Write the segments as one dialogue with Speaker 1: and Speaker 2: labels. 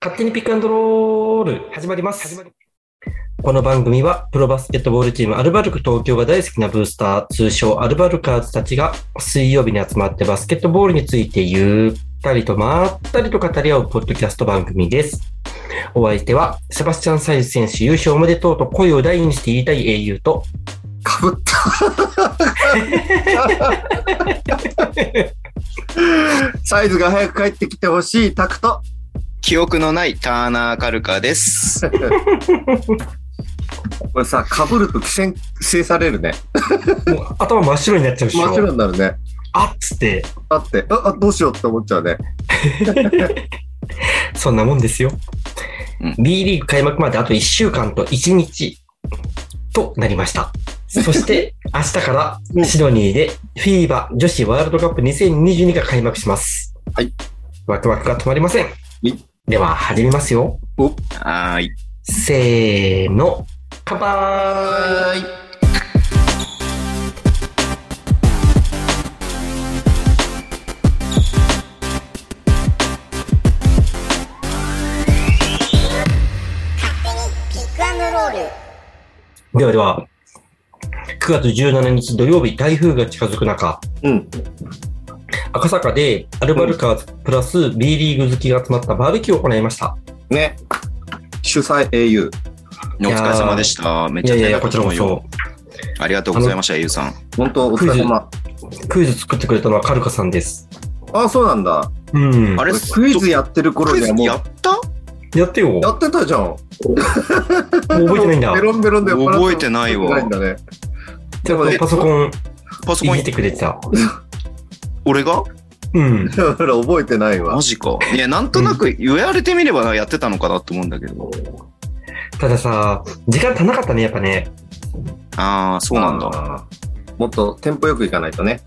Speaker 1: 勝手にピックアンドロール始まります。この番組はプロバスケットボールチームアルバルク東京が大好きなブースター、通称アルバルカーズたちが水曜日に集まってバスケットボールについてゆったりとまったりと語り合うポッドキャスト番組です。お相手はセバスチャン・サイズ選手優勝おめでとうと声を大にして言いたい英雄と、
Speaker 2: かぶった。 サイズが早く帰ってきてほしいタクト。
Speaker 3: 記憶のないターナーカルカです。
Speaker 2: これさ、かぶると規制制されるね。
Speaker 1: もう頭真っ白になっちゃうでし
Speaker 2: 真っ白
Speaker 1: ょ。
Speaker 2: になるね。
Speaker 1: あっつって、
Speaker 2: だって、あ、あどうしようって思っちゃうね。
Speaker 1: そんなもんですよ
Speaker 3: うん。
Speaker 1: B リーグ開幕まであと1週間と1日となりました。そ して、明日からシドニーで FIBA 女子ワールドカップ2022が開幕します。
Speaker 2: はい。
Speaker 1: ワクワクが止まりません
Speaker 2: い。
Speaker 1: では、始めますよ。
Speaker 3: はーい。
Speaker 1: せーの。乾杯
Speaker 2: い。
Speaker 4: ピックアンドロール
Speaker 1: ではでは、9月17日土曜日、台風が近づく中、
Speaker 2: うん。
Speaker 1: 赤坂でアルバルカーズプラス B リーグ好きが集まったバーベキューを行いました。
Speaker 2: ね。主催英雄。
Speaker 3: お疲れ様でした。めっ
Speaker 1: い
Speaker 3: ちゃ
Speaker 1: やいやいや、
Speaker 3: 大変
Speaker 1: こ
Speaker 3: こ
Speaker 1: ち
Speaker 3: ち
Speaker 1: ら
Speaker 3: ら
Speaker 1: こ
Speaker 3: も
Speaker 1: そ
Speaker 3: よ。。ありがとうございました、ゆうさん。
Speaker 2: 本当お疲れ様。
Speaker 1: クイズ作ってくれたのはカルカさんです。
Speaker 2: あ、そうなんだ。
Speaker 1: うん
Speaker 3: あれ
Speaker 2: 俺クイズやってる頃
Speaker 3: クイ
Speaker 2: に
Speaker 3: ズ
Speaker 2: はもう、
Speaker 3: や
Speaker 2: や
Speaker 3: った
Speaker 1: やってよ。もう
Speaker 2: ってたじゃん。
Speaker 1: 覚えてないんだ
Speaker 2: ベ。ロンベロンで
Speaker 3: 覚えてないわ
Speaker 2: 覚えてないんだね。でもね、
Speaker 1: パソコン
Speaker 3: パソコ
Speaker 1: いじ
Speaker 3: ン
Speaker 1: ってくれてた。
Speaker 3: 俺が
Speaker 1: うん。
Speaker 2: だから覚えてないわ
Speaker 3: マ。ジか。いや、なんとなく言われてみればやってたのかなと思うんだけど。
Speaker 1: たださ、時間足んなかったね、やっぱね。
Speaker 3: ああ、そうなんだ。
Speaker 2: だ。もっとテンポよくいかないとね。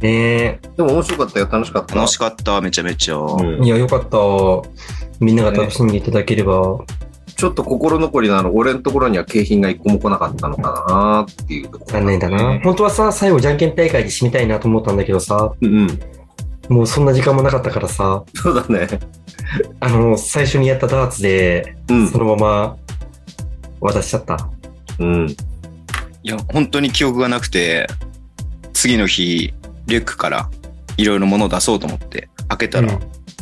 Speaker 1: ね
Speaker 2: でも面白かったよ、楽しかった。
Speaker 3: 楽しかった、めちゃめちゃ。
Speaker 2: うん
Speaker 1: え。いや、よかった。みんなが楽しんでいただければ。
Speaker 2: ちょっと心残りなの、俺のところには景品が一個も来なかったのかなっていうところ、
Speaker 1: 残念だな。。本当はさ、最後、じゃんけん大会で締めたいなと思ったんだけどさ、
Speaker 2: うんうん。
Speaker 1: もうそんな時間もなかったからさ、
Speaker 2: そうだね。
Speaker 1: あの、最初にやったダーツで、そのまま渡しちゃった。
Speaker 2: うん。うん。
Speaker 3: いや、本当に記憶がなくて、次の日、リュックからいろいろ物を出そうと思って、開けたら、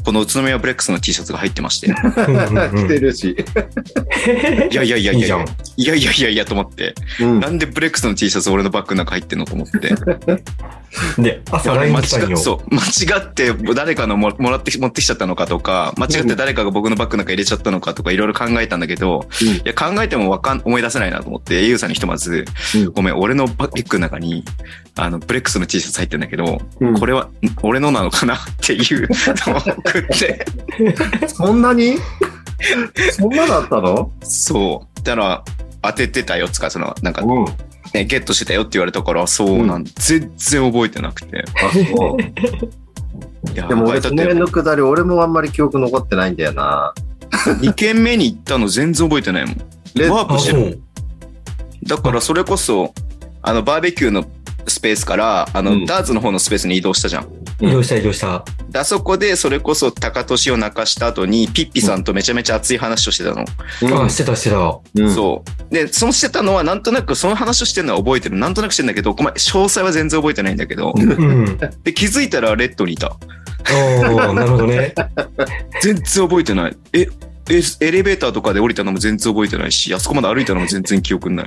Speaker 3: この宇都宮ブレックスの T シャツが入ってまして、
Speaker 1: うんうんうんう
Speaker 2: 来
Speaker 1: ん
Speaker 2: てるし。
Speaker 3: いやいやい や
Speaker 1: い
Speaker 3: い
Speaker 1: いじゃ
Speaker 3: や
Speaker 1: ん。
Speaker 3: いやいやいやいやと思って、
Speaker 2: うん
Speaker 3: なんでブレックスの T シャツ俺のバッグの中入ってんのと思って。
Speaker 1: で、朝
Speaker 3: あれ
Speaker 1: LINE
Speaker 3: 間
Speaker 1: 来たん
Speaker 3: 違っ
Speaker 1: よ。
Speaker 3: そう間違って誰かのももらって持ってきちゃったのかとか、間違って誰かが僕のバッグの中入れちゃったのかとかいろいろ考えたんだけど、
Speaker 2: うん
Speaker 3: いや考えてもわかん思い出せないなと思って、au さんにひとまず、
Speaker 2: うん
Speaker 3: ごめん、俺のバッグの中にあのブレックスの T シャツ入ってんだけど、
Speaker 2: うん
Speaker 3: これはん俺のなのかなっていうのを送って、
Speaker 2: そんなにそんなだったの
Speaker 3: そう。だから当ててたよつか、その、なんか、
Speaker 2: うん。あ、
Speaker 3: ね、ゲットしてたよって言われたから、そうなん、全然覚えてなくて。
Speaker 2: そう。
Speaker 3: いや
Speaker 2: でも俺、そ
Speaker 3: だっ
Speaker 2: の辺
Speaker 3: て
Speaker 2: のくだり、俺もあんまり記憶残ってないんだよな。
Speaker 3: 2軒目に行ったの全然覚えてないもん。
Speaker 2: レ
Speaker 3: ワープ
Speaker 1: あ、
Speaker 3: して
Speaker 1: そ
Speaker 3: る。
Speaker 1: う。
Speaker 3: だからそれこそ、あの、バーベキューのスペースから、あの、
Speaker 2: うん
Speaker 3: ダーツの方のスペースに移動したじゃん。
Speaker 1: 移動した移動した。
Speaker 3: であそこで、それこそ、高俊を泣かした後に、ピッピさんとめちゃめちゃ熱い話をしてたの。
Speaker 1: あ、してたしてた。
Speaker 2: うん
Speaker 3: そう。で、そのしてたのは、なんとなく、その話をしてるのは覚えてる。なんとなくしてんだけど、ごめん、詳細は全然覚えてないんだけど、
Speaker 1: うん。
Speaker 3: で、気づいたらレッドにいた。
Speaker 1: おー、なるほどね。
Speaker 3: 全然覚えてない。え、えエレベーターとかで降りたのも全然覚えてないし、あそこまで歩いたのも全然記憶にない。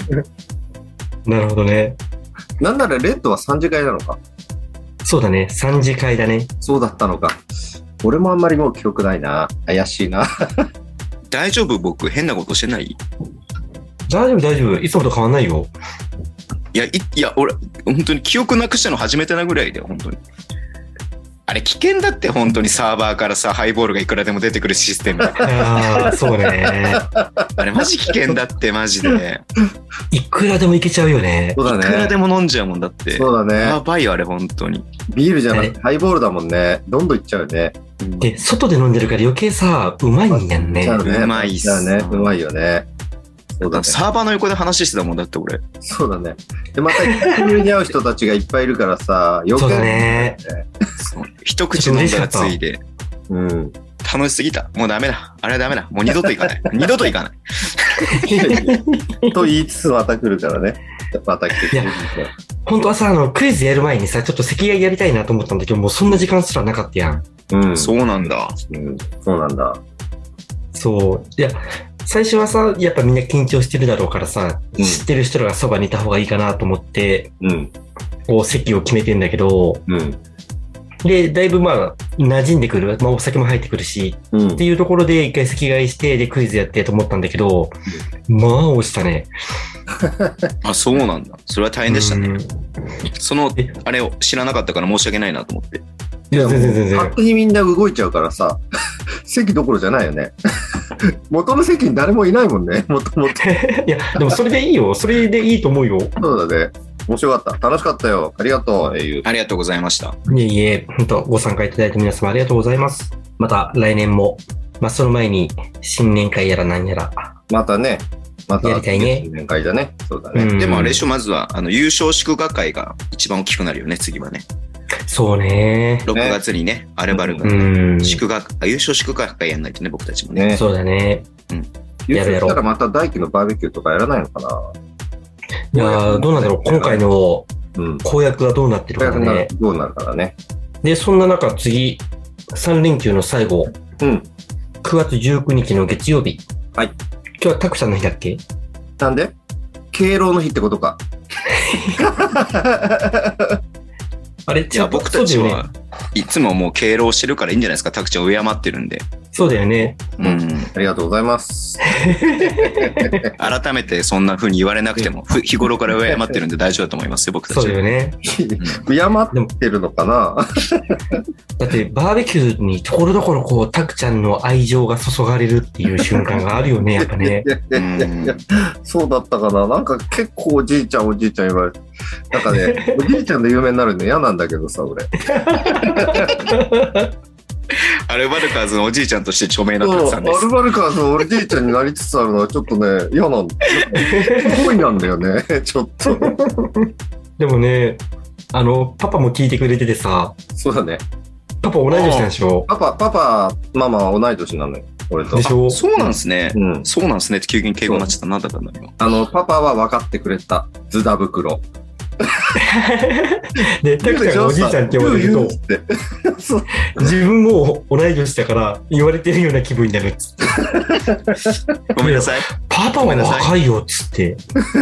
Speaker 1: なるほどね。
Speaker 2: なんならレッドは3次会なのか。
Speaker 1: そうだね。三次会だね。
Speaker 2: そうだったのか。俺もあんまりもう記憶ないな。怪しいな。
Speaker 3: 大丈夫僕、変なことしてない
Speaker 1: 大丈夫、大丈夫。いつもと変わんないよ。
Speaker 3: いや、いいや、俺、本当に記憶なくしたの初めてなぐらいだよ、本当に。あれ、危険だって、本当にサーバーからさ、ハイボールがいくらでも出てくるシステム。
Speaker 1: ああ、そうね。
Speaker 3: あれ、マジ危険だ って、マジで。
Speaker 1: いくらでもいけちゃうよね。
Speaker 2: そうだ
Speaker 3: いくら
Speaker 2: ね。
Speaker 3: でも飲んじゃうもんだって。
Speaker 2: そうだね。
Speaker 3: やばいよ、あれ、本当に。
Speaker 2: ビールじゃなくてハイボールだもんね。どんどんいっちゃうね。
Speaker 3: うん
Speaker 1: で、外で飲んでるから余計さ、うまいんやんね
Speaker 2: ち。ゃうね。
Speaker 3: うまいっす
Speaker 2: だね。うまいよね。そうだね。
Speaker 3: サーバーの横で話してたもんだって、俺。
Speaker 2: そうだね。で、また、久しぶりに会う人たちがいっぱいいるからさ、よ
Speaker 1: そうだね。
Speaker 3: そう一口飲んだらついで。
Speaker 2: うん。
Speaker 3: 楽しすぎた。もうダメだ。あれはダメだ。もう二度と行かない。 二度と行かない。
Speaker 2: と言いつつまた来るからね。また来てくれるから
Speaker 1: 本当はさ、あの、クイズやる前にさ、ちょっと席替えやりたいなと思ったんだけど、もうそんな時間すらなかったやん。
Speaker 2: うん、、
Speaker 3: そううなんだ。
Speaker 2: ん。そうなんだ。
Speaker 1: そう。いや、最初はさ、やっぱみんな緊張してるだろうからさ、
Speaker 2: うん
Speaker 1: 知ってる人らがそばにいた方がいいかなと思って、
Speaker 2: うん。
Speaker 1: こう席を決めてんだけど、
Speaker 2: うん。
Speaker 1: で、だいぶまあ、馴染んでくる。まあ、お酒も入ってくるし、
Speaker 2: うん
Speaker 1: っていうところで一回席替えして、で、クイズやってと思ったんだけど、まあ、落ちたね。
Speaker 3: あ、そうなんだ。それは大変でしたね。
Speaker 1: うん
Speaker 3: その
Speaker 1: え、
Speaker 3: あれを知らなかったから申し訳ないなと思って。
Speaker 1: いや、
Speaker 2: もう
Speaker 1: 全然全然
Speaker 2: 勝。手にみんな動いちゃうからさ、 席どころじゃないよね。 元の席に誰もいないもんね、も ともと。
Speaker 1: いや、でもそれでいいよ。それでいいと思うよ。
Speaker 2: そうだね。面白かった。楽しかったよ。ありがとう。っていう。
Speaker 3: ありがとうございました。
Speaker 1: いえいえ、本当ご参加いただいた皆様ありがとうございます。また来年も、まあ、その前に新年会やら何やら。
Speaker 2: またね、また、
Speaker 1: やりたいね
Speaker 2: 新年会だね。そうだね。
Speaker 1: うん
Speaker 3: でもあれでしょ、まずは、あの、優勝祝賀会が一番大きくなるよね、次はね。
Speaker 1: そうね。
Speaker 3: 6月にね、アルバルク
Speaker 1: う
Speaker 3: の
Speaker 1: ん。
Speaker 3: 祝賀、あ優勝祝賀会やんないとね、僕たちもね。
Speaker 2: ね。
Speaker 1: そうだね。
Speaker 2: 優
Speaker 1: やろう
Speaker 2: 勝
Speaker 1: や
Speaker 2: し
Speaker 1: ろう
Speaker 2: たらまた大輝のバーベキューとかやらないのか
Speaker 1: いやーどうなんだろう。今回の
Speaker 2: な。うん。
Speaker 1: 公約はどうなってる
Speaker 2: これ
Speaker 1: か
Speaker 2: がな
Speaker 1: ね。
Speaker 2: どうなるからね。
Speaker 1: で、そんな中、次、3連休の最後、
Speaker 2: うん。
Speaker 1: 9月19日の月曜日。
Speaker 2: はい。
Speaker 1: 今日はタクちゃんの日だっけ
Speaker 2: なんで敬老の日ってことか。
Speaker 1: あれ
Speaker 3: いや、僕たちは、いつももう敬老してるからいいんじゃないですか。拓ちゃんを敬ってるんで。
Speaker 1: そうだよね。
Speaker 3: うん。
Speaker 2: ありがとうござ います。
Speaker 3: 改めてそんな風に言われなくても、ふ日頃から敬ってるんで大丈夫だと思いますよ、僕た
Speaker 1: そう
Speaker 3: ち
Speaker 1: だよ
Speaker 3: は。
Speaker 1: ね。
Speaker 2: 敬ってるのかな
Speaker 1: だって、バーベキューにところどころこう、タクちゃんの愛情が注がれるっていう瞬間があるよ ね、やっぱね。
Speaker 3: うん
Speaker 2: そうだったかななんか結構おじいちゃんおじいちゃん言われて。なん かね、おじいちゃんで有名になるの嫌なんだけどさ、俺。
Speaker 3: アルバルカーズのおじいちゃんとして著名な拓
Speaker 2: そう
Speaker 3: さ
Speaker 2: ア
Speaker 3: んです
Speaker 2: ル。バルカーズのおじいちゃんになりつつあるのはちょっとね、嫌なんだ。すごいなんだよね、 ちょっと。
Speaker 1: でもね、あの、パパも聞いてくれててさ、
Speaker 2: そうだね。
Speaker 1: パパ同い年なんでしょ
Speaker 2: パパ、パパ、ママは同い年なのよ、俺と
Speaker 1: で。しょ
Speaker 3: そうなんですね。
Speaker 2: うん。
Speaker 3: そうなんですねって急に敬語になっちゃった。なんだったんだろう。
Speaker 2: あの、パパは分かってくれた。ズダ袋。
Speaker 1: で、タクちゃんがおじいちゃんって言われる
Speaker 2: 言う
Speaker 1: と
Speaker 2: で、しょって そう
Speaker 1: 自分も同い年だから言われてるような気分になるっつって。
Speaker 3: ごめんなさい。
Speaker 1: パパは若いよっつって。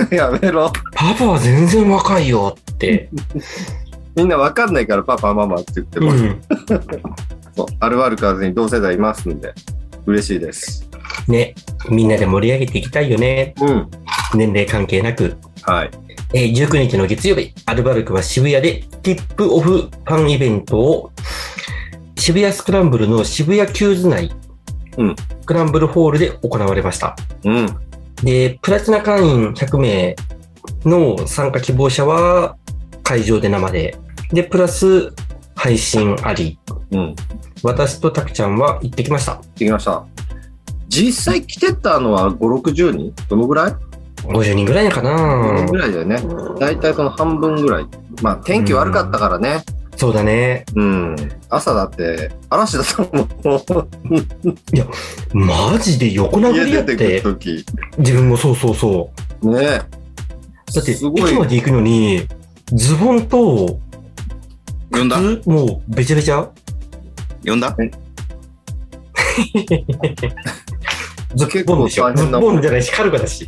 Speaker 2: やめろ。
Speaker 1: パパは全然若いよって。
Speaker 2: みんなわかんないからパパママって言っても、
Speaker 1: うん。
Speaker 2: そうあるあるかずに同世代いますんで嬉しいです。
Speaker 1: ね。みんなで盛り上げていきたいよね。
Speaker 2: うん。
Speaker 1: 年齢関係なく。
Speaker 2: はい。
Speaker 1: えー19日の月曜日、アルバルクは渋谷でティップオフファンイベントを渋谷スクランブルの渋谷キューズ内、
Speaker 2: うん
Speaker 1: スクランブルホールで行われました。
Speaker 2: うん。
Speaker 1: で、プラチナ会員100名の参加希望者は会場で生で、で、プラス配信あり、
Speaker 2: うん。行っ
Speaker 1: 私とタクちゃんは行ってきました。
Speaker 2: てきました。実際来てたのは5、60人どのぐらい、
Speaker 1: 50人ぐらいか
Speaker 2: ど
Speaker 1: な
Speaker 2: のぐらいだよね。だいたいその半分ぐらい。まあ天気悪かったからね。
Speaker 1: そうだね。
Speaker 2: うん。朝だって嵐だったもん。
Speaker 1: マジで横殴
Speaker 2: 家
Speaker 1: りや
Speaker 2: 出
Speaker 1: って
Speaker 2: くる
Speaker 1: て、
Speaker 2: とき。
Speaker 1: 自分もそうそうそう。
Speaker 2: ね
Speaker 1: だって、
Speaker 2: すごい
Speaker 1: 駅まで行くのに、ズボンと、
Speaker 3: 呼んだ
Speaker 1: ずもう、べちゃべちゃ
Speaker 3: 呼んだ
Speaker 1: ズ
Speaker 2: 結
Speaker 1: ッ
Speaker 2: 構
Speaker 1: ボンでしょ
Speaker 2: 大
Speaker 1: ズ
Speaker 2: 変
Speaker 1: ッ
Speaker 2: な
Speaker 1: ボンじゃないし、カルカだし。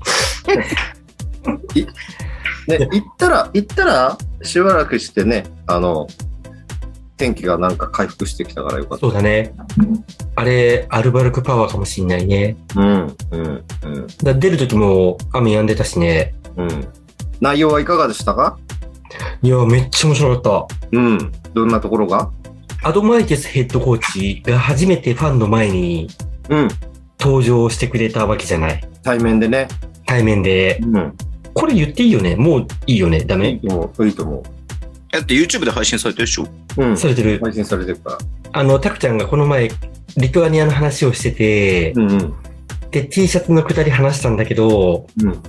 Speaker 2: ね、行ったら、行ったら、しばらくしてね、あの、天気がなんか回復してきたからよかった
Speaker 1: そう。だね。あれ、アルバルクパワーかもしんないね。
Speaker 2: うん、うん、うん、
Speaker 1: だ出る時も雨止んでたしね。
Speaker 2: うん。内容はいかがでしたか
Speaker 1: いや、めっちゃ面白かっ
Speaker 2: うん。どんなところが
Speaker 1: た。アドマイテスヘッドコーチが初めてファンの前に
Speaker 2: うん。
Speaker 1: 登場してくれたわけじゃない。
Speaker 2: 対面でね。
Speaker 1: 対面で。
Speaker 2: うん。
Speaker 1: これ言っていいよねもういいよねダ
Speaker 2: いい
Speaker 1: メ
Speaker 2: と思う。いいと思
Speaker 3: だって YouTube で配信されてるでしょ
Speaker 2: う。うん。
Speaker 1: されてる。
Speaker 2: 配信されてるから。
Speaker 1: あの、タクちゃんがこの前、リトアニアの話をしてて、
Speaker 2: うん、うん。
Speaker 1: で、T シャツのくだり話したんだけど、
Speaker 2: うん。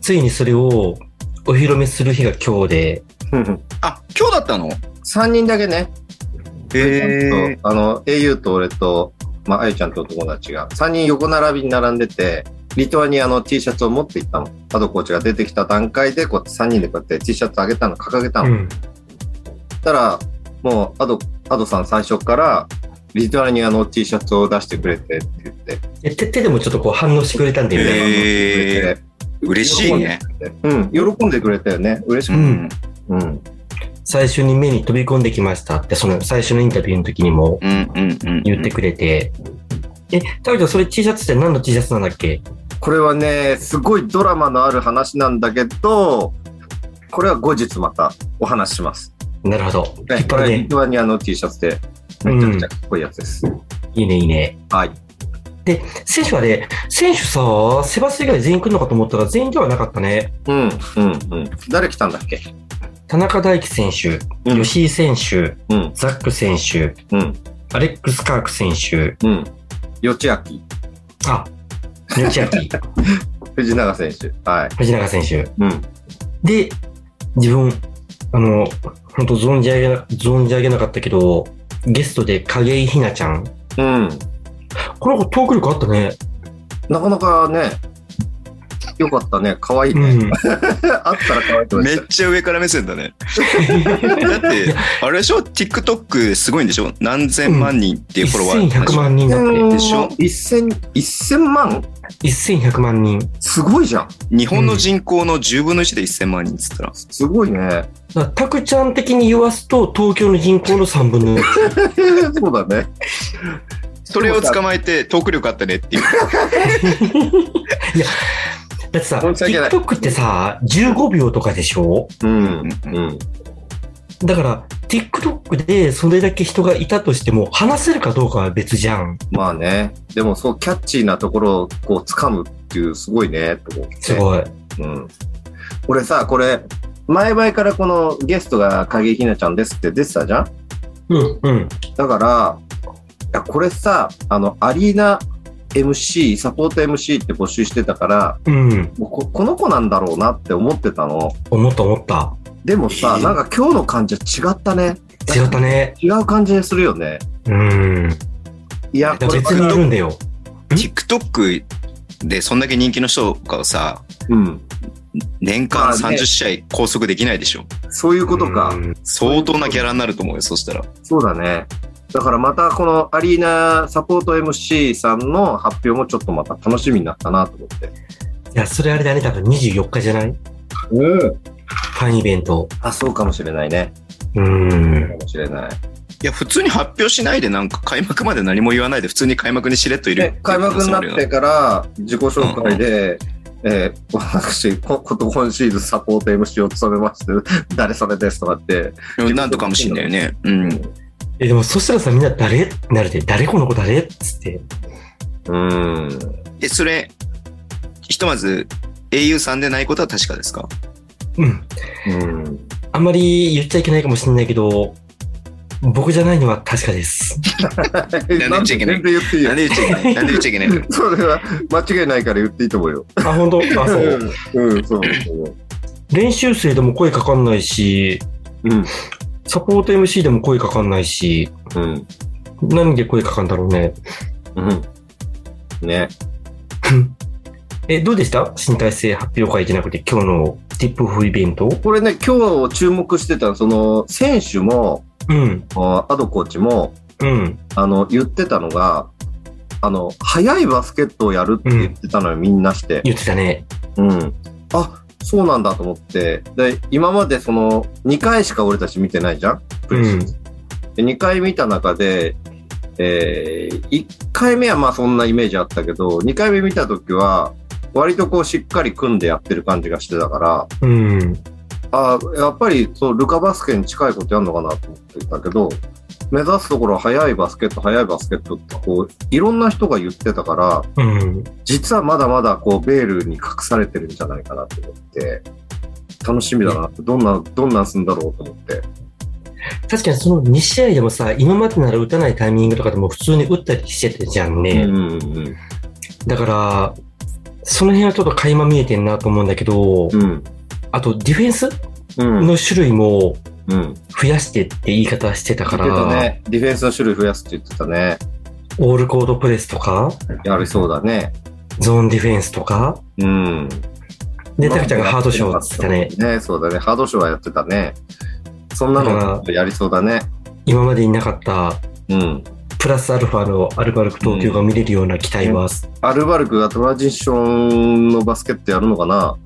Speaker 1: ついにそれをお披露目する日が今日で、
Speaker 3: あ、今日だったの
Speaker 2: 3人だけね。
Speaker 3: へえ。
Speaker 2: あの、au と俺と、まあ、あゆちゃんとお友達が、3人横並びに並んでて、リトアニアの T シャツを持って行ったの。パドコーチが出てきた段階で、こう、3人でこうやって T シャツあげたの、掲げたの。
Speaker 1: うん。
Speaker 2: ったら、もうアド、アドさん最初から、リトアニアの T シャツを出してくれてって言って、
Speaker 1: え手手でもちょっとこう反応してくれたんだよね。
Speaker 3: へえ嬉しいね。
Speaker 2: うん、喜んでくれたよね。嬉し
Speaker 3: う
Speaker 2: く、
Speaker 3: ん。
Speaker 2: うん、
Speaker 1: 最初に目に飛び込んできましたって、その最初のインタビューの時にも
Speaker 3: うんうんうん。
Speaker 1: 言ってくれて。え、タオちゃん、それ T シャツって何の T シャツなんだっけ
Speaker 2: これはね、すごいドラマのある話なんだけど、これは後日またお話しします。
Speaker 1: なるほど。
Speaker 2: ね
Speaker 1: 引っ張
Speaker 2: こ
Speaker 1: る
Speaker 2: れリ
Speaker 1: ね。
Speaker 2: トアニアの T シャツで、めちゃくちゃかっこいいやつです。
Speaker 1: いいね、いいね。
Speaker 2: はい。
Speaker 1: 選手はね、選手さ、セバス以外全員来るのかと思ったら全員ではなかったね。
Speaker 2: うん、うん、うん。誰来たんだっけ
Speaker 1: 田中大輝選手、
Speaker 2: うん、
Speaker 1: 吉井選手、
Speaker 2: うん、
Speaker 1: ザック選手、
Speaker 2: うん、
Speaker 1: アレックス・カーク選手、
Speaker 2: うん。よちあき、
Speaker 1: あ、ニョチアキ、
Speaker 2: 藤永選手。はい。
Speaker 1: 藤永選手。
Speaker 2: うん。
Speaker 1: で、自分、あの、本当存じ上げな、存じ上げなかったけど、ゲストで影井ひなちゃん。
Speaker 2: うん。
Speaker 1: この子トーク力あったね。
Speaker 2: なかなかね、よかったね。可愛いね。
Speaker 1: うん。
Speaker 2: あったら可愛くな
Speaker 3: め
Speaker 2: っちゃ
Speaker 3: っちゃ上から目線だね。だって、あれでしょ ?TikTok すごいんでしょ何千万人っていうフォロワーなんで
Speaker 1: 1100
Speaker 3: しょ
Speaker 1: 万人だって。
Speaker 2: う。
Speaker 3: でしょ
Speaker 2: 1000 1000万
Speaker 1: 1100万人。
Speaker 2: すごいじゃん。
Speaker 3: 日本の人口の10分の1で1000万人っつったら。
Speaker 2: すごいね。
Speaker 1: だからタクちゃん的に言わすと、東京の人口の3分の1。
Speaker 2: そうだね。
Speaker 3: それを捕まえて、トーク力あったねっていう。
Speaker 1: だってさ、
Speaker 2: 申し訳ない
Speaker 1: TikTok ってさ、15秒とかでしょ
Speaker 2: うん。うん。
Speaker 1: だから、TikTok でそれだけ人がいたとしても、話せるかどうかは別じゃん。
Speaker 2: まあね。でもそう、キャッチーなところをこう、掴むっていう、すごいね、と思って。
Speaker 1: すごい。
Speaker 2: うん。俺さ、これ、前々からこのゲストが影井ひなちゃんですって出てたじゃん
Speaker 1: うん、うん。
Speaker 2: だから、いやこれさ、あの、アリーナ MC、サポート MC って募集してたから、
Speaker 1: うん。
Speaker 2: もうここの子なんだろうなって思ってたの。
Speaker 1: 思った思った。
Speaker 2: でもさ、
Speaker 3: えー
Speaker 2: なんか今日の感じは違ったね。
Speaker 1: 違ったね。
Speaker 2: 違う感じにするよね。
Speaker 1: うん。
Speaker 2: いや、これ
Speaker 1: 別にい
Speaker 2: は、
Speaker 1: るんだよ。
Speaker 3: TikTok でそんだけ人気の人がさ、
Speaker 2: うん。
Speaker 3: 年
Speaker 2: ま
Speaker 3: 間
Speaker 2: あね
Speaker 3: 30試合拘束できないでしょ。
Speaker 2: そういうことか。
Speaker 1: うん
Speaker 3: 相当なギャラになると思うよ、そしたら。
Speaker 2: そうだね。だからまたこのアリーナサポート MC さんの発表もちょっとまた楽しみになったなと思って。
Speaker 1: いや、それあれだね、多分24日じゃない
Speaker 2: うん。
Speaker 1: ファンイベント。
Speaker 2: あ、そうかもしれないね。
Speaker 1: うん。
Speaker 2: かもしれない。
Speaker 3: いや、普通に発表しないで、なんか開幕まで何も言わないで、普通に開幕にしれっといるってい
Speaker 2: で
Speaker 3: う
Speaker 2: 開幕になっ
Speaker 3: 可能性もある
Speaker 2: て
Speaker 3: よ
Speaker 2: から自己紹介で、えー私、ここと今シーズンサポート MC を務めまして、 誰それですとかって、
Speaker 3: なうんなんとかもしんないよね。うん。
Speaker 1: え、でもそしたらさ、みんな誰ってなるで、誰この子誰っつって。
Speaker 2: うん、
Speaker 3: で、それ、ひとまず、au さんでないことは確かですか
Speaker 1: うん。
Speaker 2: うん、
Speaker 1: あんまり言っちゃいけないかもしれないけど、僕じゃないのは確かです。
Speaker 3: 言っちゃいけない
Speaker 2: んで全然言っていい
Speaker 3: な
Speaker 2: よ
Speaker 3: ん。で言っちゃいけないなんで言っちゃいけないの
Speaker 2: それは間違いないから言っていいと思うよ。
Speaker 1: あ、本当あ、そう。
Speaker 2: うん、そうそう。
Speaker 1: 練習生でも声かかんないし、
Speaker 2: うん、
Speaker 1: サポート MC でも声かかんないし、
Speaker 2: うん、
Speaker 1: 何で声かかんだろうね。
Speaker 2: うん。ね。
Speaker 1: え、どうでした新体制発表会じゃなくて、今日のティップオフイベント
Speaker 2: これね、今日注目してた、その、選手も、
Speaker 1: うん、
Speaker 2: あアドコーチも、
Speaker 1: うん、
Speaker 2: あの、言ってたのが、あの、速いバスケットをやるって言ってたのよ、みんなして。
Speaker 1: 言ってたね。
Speaker 2: うん。あ、そうなんだと思って。で、今までその、2回しか俺たち見てないじゃんプ
Speaker 1: う
Speaker 2: レシーズン
Speaker 1: ん、
Speaker 2: で2回見た中で、え1回目はまあそんなイメージあったけど、2回目見た時は、割とこうしっかり組んでやってる感じがしてたから、
Speaker 1: うん、
Speaker 2: あーやっぱりそうルカバスケに近いことやるのかなと思ってたけど、目指すところは速いバスケット、速いバスケットってこう、いろんな人が言ってたから、
Speaker 1: うん。
Speaker 2: 実はまだまだこうベールに隠されてるんじゃないかなと思って、楽しみだなって、どんな、どんなんすんだろうと思って。
Speaker 1: 確かにその2試合でもさ、今までなら打たないタイミングとかでも普通に打ったりしてたじゃんね。
Speaker 2: うんうん
Speaker 1: だから、その辺はちょっと垣間見えてんなと思うんだけど、
Speaker 2: うん。うん。
Speaker 1: あとディフェンス
Speaker 2: うん。
Speaker 1: の種類も
Speaker 2: うん。
Speaker 1: 増やしてって言い方してたか
Speaker 2: 言って
Speaker 1: ら、
Speaker 2: たね。ディフェンスの種類増やすって言ってたね。
Speaker 1: オールコードプレスとか、
Speaker 2: やりそうだね。
Speaker 1: ゾーンディフェンスとか、
Speaker 2: うん。
Speaker 1: で、タクちゃんがハードショーっつってたね。
Speaker 2: ね、そうだね。ハードショーはやってたね。そんなのやりそうだね。
Speaker 1: 今までになかった、
Speaker 2: うん。
Speaker 1: プラスアルファのアルバルク東京が見れるような期待は、
Speaker 2: アルバルクがトランジションのバスケットやるのかな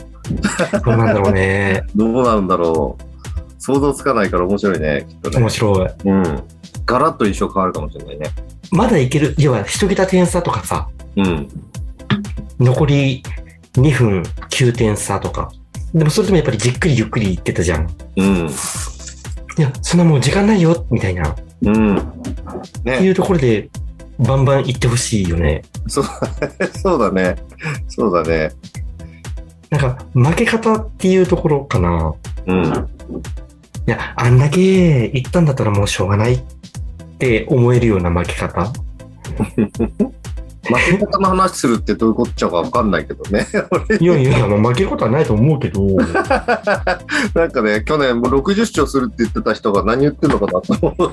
Speaker 1: どうなんだろう ね。
Speaker 2: どうなんだろう。想像つかないから面白いね、きっとね
Speaker 1: 面。白い。
Speaker 2: うん。ガラッと印象変わるかもしれないね。
Speaker 1: まだいける。要は、一桁点差とかさ、
Speaker 2: うん。
Speaker 1: 残り2分9点差とか。でもそれでもやっぱりじっくりゆっくりいってたじゃん。
Speaker 2: うん。
Speaker 1: いや、そんなもう時間ないよ、みたいな。っ
Speaker 2: うん。
Speaker 1: てい
Speaker 2: ね。
Speaker 1: うところで、バンバンいってほしいよね。
Speaker 2: そうそうだね。そうだね。
Speaker 1: なんか、負け方っていうところかな。
Speaker 2: う
Speaker 1: い
Speaker 2: ん。
Speaker 1: や、あんだけ行ったんだったらもうしょうがないって思えるような負け 方。
Speaker 2: 負け方の話するってどういうこっちゃかわかんないけどね。
Speaker 1: いやいやいや、まあ負けることはないと思うけど、
Speaker 2: なんかね、去年もう60勝するって言ってた人が何言ってんのかなと思う。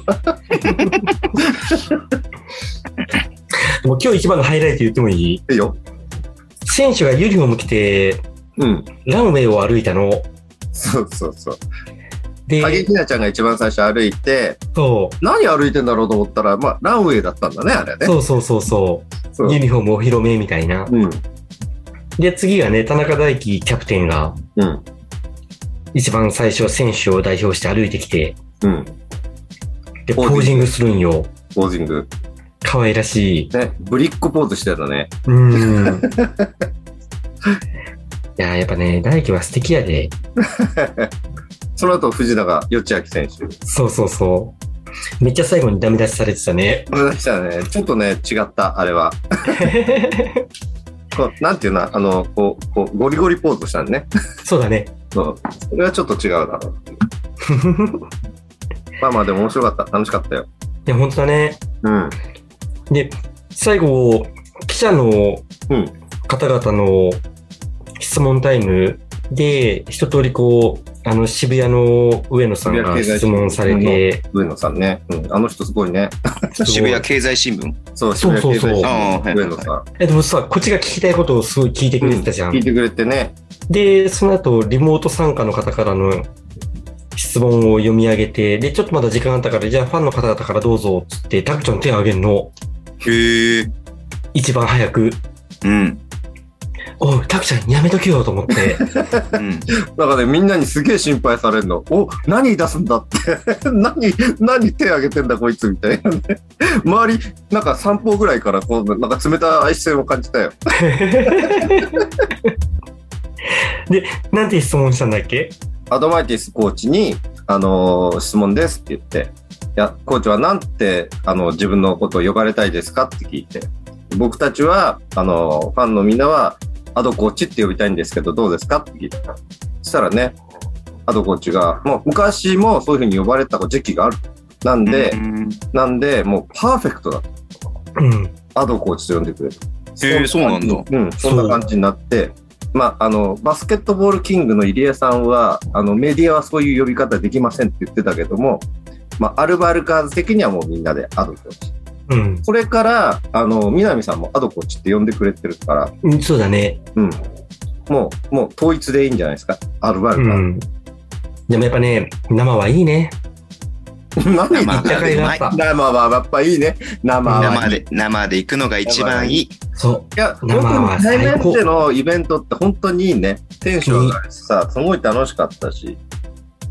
Speaker 1: もう今日一番のハイライト言ってもいい
Speaker 2: いいよ。
Speaker 1: 選手がユニフォーム着て、
Speaker 2: うん。
Speaker 1: ランウェイを歩いたの。
Speaker 2: そうそうそう。影
Speaker 1: で、
Speaker 2: ひなちゃんが一番最初歩いて、
Speaker 1: そ
Speaker 2: 何歩いてんだろうと思ったら、まあ、ランウェイだったんだね、あれ
Speaker 1: う、
Speaker 2: ね。
Speaker 1: そうそうそうそ
Speaker 2: そう
Speaker 1: う、ユニフォームお披露目みたいな。
Speaker 2: うん。
Speaker 1: で、次がね、田中大輝キャプテンが、
Speaker 2: うん。
Speaker 1: 一番最初選手を代表して歩いてきて、
Speaker 2: うん。
Speaker 1: で、ポ
Speaker 2: ポージング
Speaker 1: ージングするんよ。
Speaker 2: ポージング。
Speaker 1: 可愛らしい。
Speaker 2: ね、ブリックポーズしてたね。
Speaker 1: うー ん。いや、やっぱね、大輝は素敵やで。
Speaker 2: その後、藤永、よちあき選手。
Speaker 1: そうそうそう。めっちゃ最後にダメ出しされてたね。
Speaker 2: これでしたね。ちょっとね、違った、あ れは。こうなんていうのあの、こう、こうゴリゴリポーズしたのね。
Speaker 1: そうだね。
Speaker 2: そう。それはちょっと違うだろう。まあまあ、でも面白かった。楽しかったよ。
Speaker 1: いや、本当だね。
Speaker 2: うん。
Speaker 1: で、最後、記者の
Speaker 2: うん
Speaker 1: 方々の質問タイムで、一通りこう、あの、渋谷の上野さんが質問されて、
Speaker 2: 上野さんね。うん。あの人すごいね。
Speaker 3: 渋谷経済新聞
Speaker 2: そう、
Speaker 1: そう
Speaker 2: 渋
Speaker 1: そうそ
Speaker 2: 谷経済新
Speaker 1: う
Speaker 3: ああはい
Speaker 2: 聞上野さ
Speaker 1: え、でもさ、こっちが聞きたいことをすごい聞いてくれてたじゃ
Speaker 2: ん。
Speaker 1: ん。
Speaker 2: 聞いてくれてね。
Speaker 1: で、その後、リモート参加の方からの質問を読み上げて、で、ちょっとまだ時間あったから、じゃあファンの方々からどうぞ、つって、タクちゃん手を挙げるの、
Speaker 3: へえ。
Speaker 1: 一番早く。
Speaker 3: うん。
Speaker 1: おい、タクちゃんやめとけよ、と思って。
Speaker 3: うん。
Speaker 2: だからね、みんなにすげえ心配されるの。お、何出すんだって。 何、何手挙げてんだこいつみたいなね。周り、なんか散歩ぐらいから、こう、なんか冷たい視線を感じたよ。
Speaker 1: なんて質問したんだっけ
Speaker 2: アドマイティスコーチに、あのー質問ですって言って、いや、コーチはなんて、あの、自分のことを呼ばれたいですかって聞いて、僕たちは、あのーファンのみんなは、アドコーチって呼びたいんですけど、どうですかって聞いた。そしたらね、アドコーチが、もう昔もそういうふうに呼ばれた時期がある。なんで、
Speaker 3: うん
Speaker 2: なんで、もうパーフェクトだと。
Speaker 1: うん。
Speaker 2: アドコーチと呼んでくれる。
Speaker 3: へえそうなんだ
Speaker 2: うん、そんな感じになって、まあ、あの、バスケットボールキングの入江さんは、あの、メディアはそういう呼び方できませんって言ってたけども、まあ、アルバルカーズ的にはもうみんなでアドコーチ。
Speaker 1: うん
Speaker 2: これから、あの、南さんもアドコーチって呼んでくれてるから、
Speaker 1: うん。そうだね。
Speaker 2: うん。もう、もう統一でいいんじゃないですか。アルバ
Speaker 1: う
Speaker 2: ルカー
Speaker 1: ん。でもやっぱね、生はいいね。
Speaker 2: ズ。 何言ってん
Speaker 3: 生
Speaker 2: の
Speaker 1: 戦いがあっ
Speaker 3: 生
Speaker 1: た。
Speaker 2: 生はやっぱいいね。生は
Speaker 3: 生。で、生で行くのが一番いい。
Speaker 1: そ
Speaker 2: いや、本
Speaker 1: 生は
Speaker 2: 当に対
Speaker 1: 最高
Speaker 2: 面でのイベントって本当にいいね。テンション上がるしさ、すごい楽しかったし。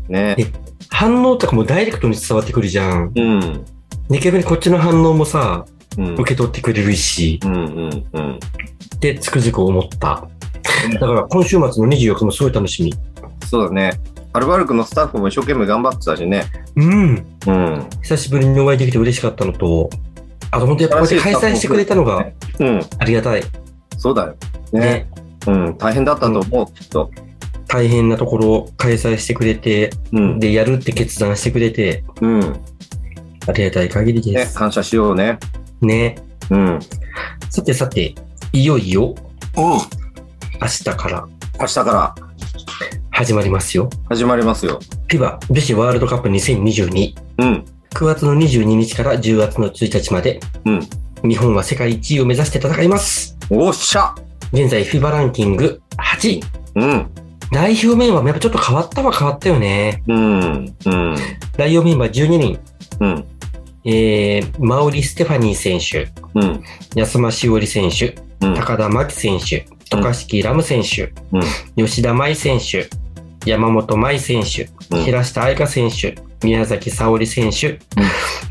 Speaker 2: ね
Speaker 1: ね。う。反応とかもダイレクトに伝わってくるじゃん。
Speaker 2: うん。
Speaker 1: で、逆にこっちの反応もさ、
Speaker 2: うん
Speaker 1: 受け取ってくれるし、
Speaker 2: うんうんうん。
Speaker 1: で、つくづく思った。だから今週末の24日もすごい楽しみ。
Speaker 2: そうだね。アルバルクのスタッフも一生懸命頑張ってたしね。
Speaker 1: うん。
Speaker 2: うん。
Speaker 1: 久しぶりにお会いできて嬉しかったのと、あと本当やっぱこうやって開催してくれたのが
Speaker 2: うん。
Speaker 1: ありがたい。
Speaker 2: そうだよ。ね。
Speaker 1: ね。
Speaker 2: うん。大変だったと思う、きっと。
Speaker 1: 大変なところを開催してくれて、
Speaker 2: うん。
Speaker 1: で、やるって決断してくれて、
Speaker 2: うん。
Speaker 1: ありがたい限りで
Speaker 2: ね。
Speaker 1: す。
Speaker 2: 感謝しようね。
Speaker 1: ね。
Speaker 2: うん。
Speaker 1: さてさて、いよいよ
Speaker 3: お
Speaker 1: 明日から
Speaker 2: 明日から
Speaker 1: 始まりますよ。
Speaker 2: 始まりますよ。
Speaker 1: FIBA 女子ワールドカップ20229
Speaker 2: うん。
Speaker 1: 月の22日から10月の1日まで
Speaker 2: うん。
Speaker 1: 日本は世界一位を目指して戦います。
Speaker 2: おっしゃ
Speaker 1: 現在 FIBA ランキング8位。
Speaker 2: うん。
Speaker 1: 代表メンバーもやっぱちょっと変わったは変わったよね。
Speaker 2: うん。うん。
Speaker 1: 代表メンバー12人。
Speaker 2: うん。
Speaker 1: えー、マオリ・ステファニー選手、
Speaker 2: うん。
Speaker 1: 安間しおり選手、
Speaker 2: うん。
Speaker 1: 高田真希選手、渡嘉敷ラム選手、
Speaker 2: うん
Speaker 1: 吉田麻衣選手、山本麻衣選手、
Speaker 2: うん
Speaker 1: 平下愛香選手、宮崎沙織選手、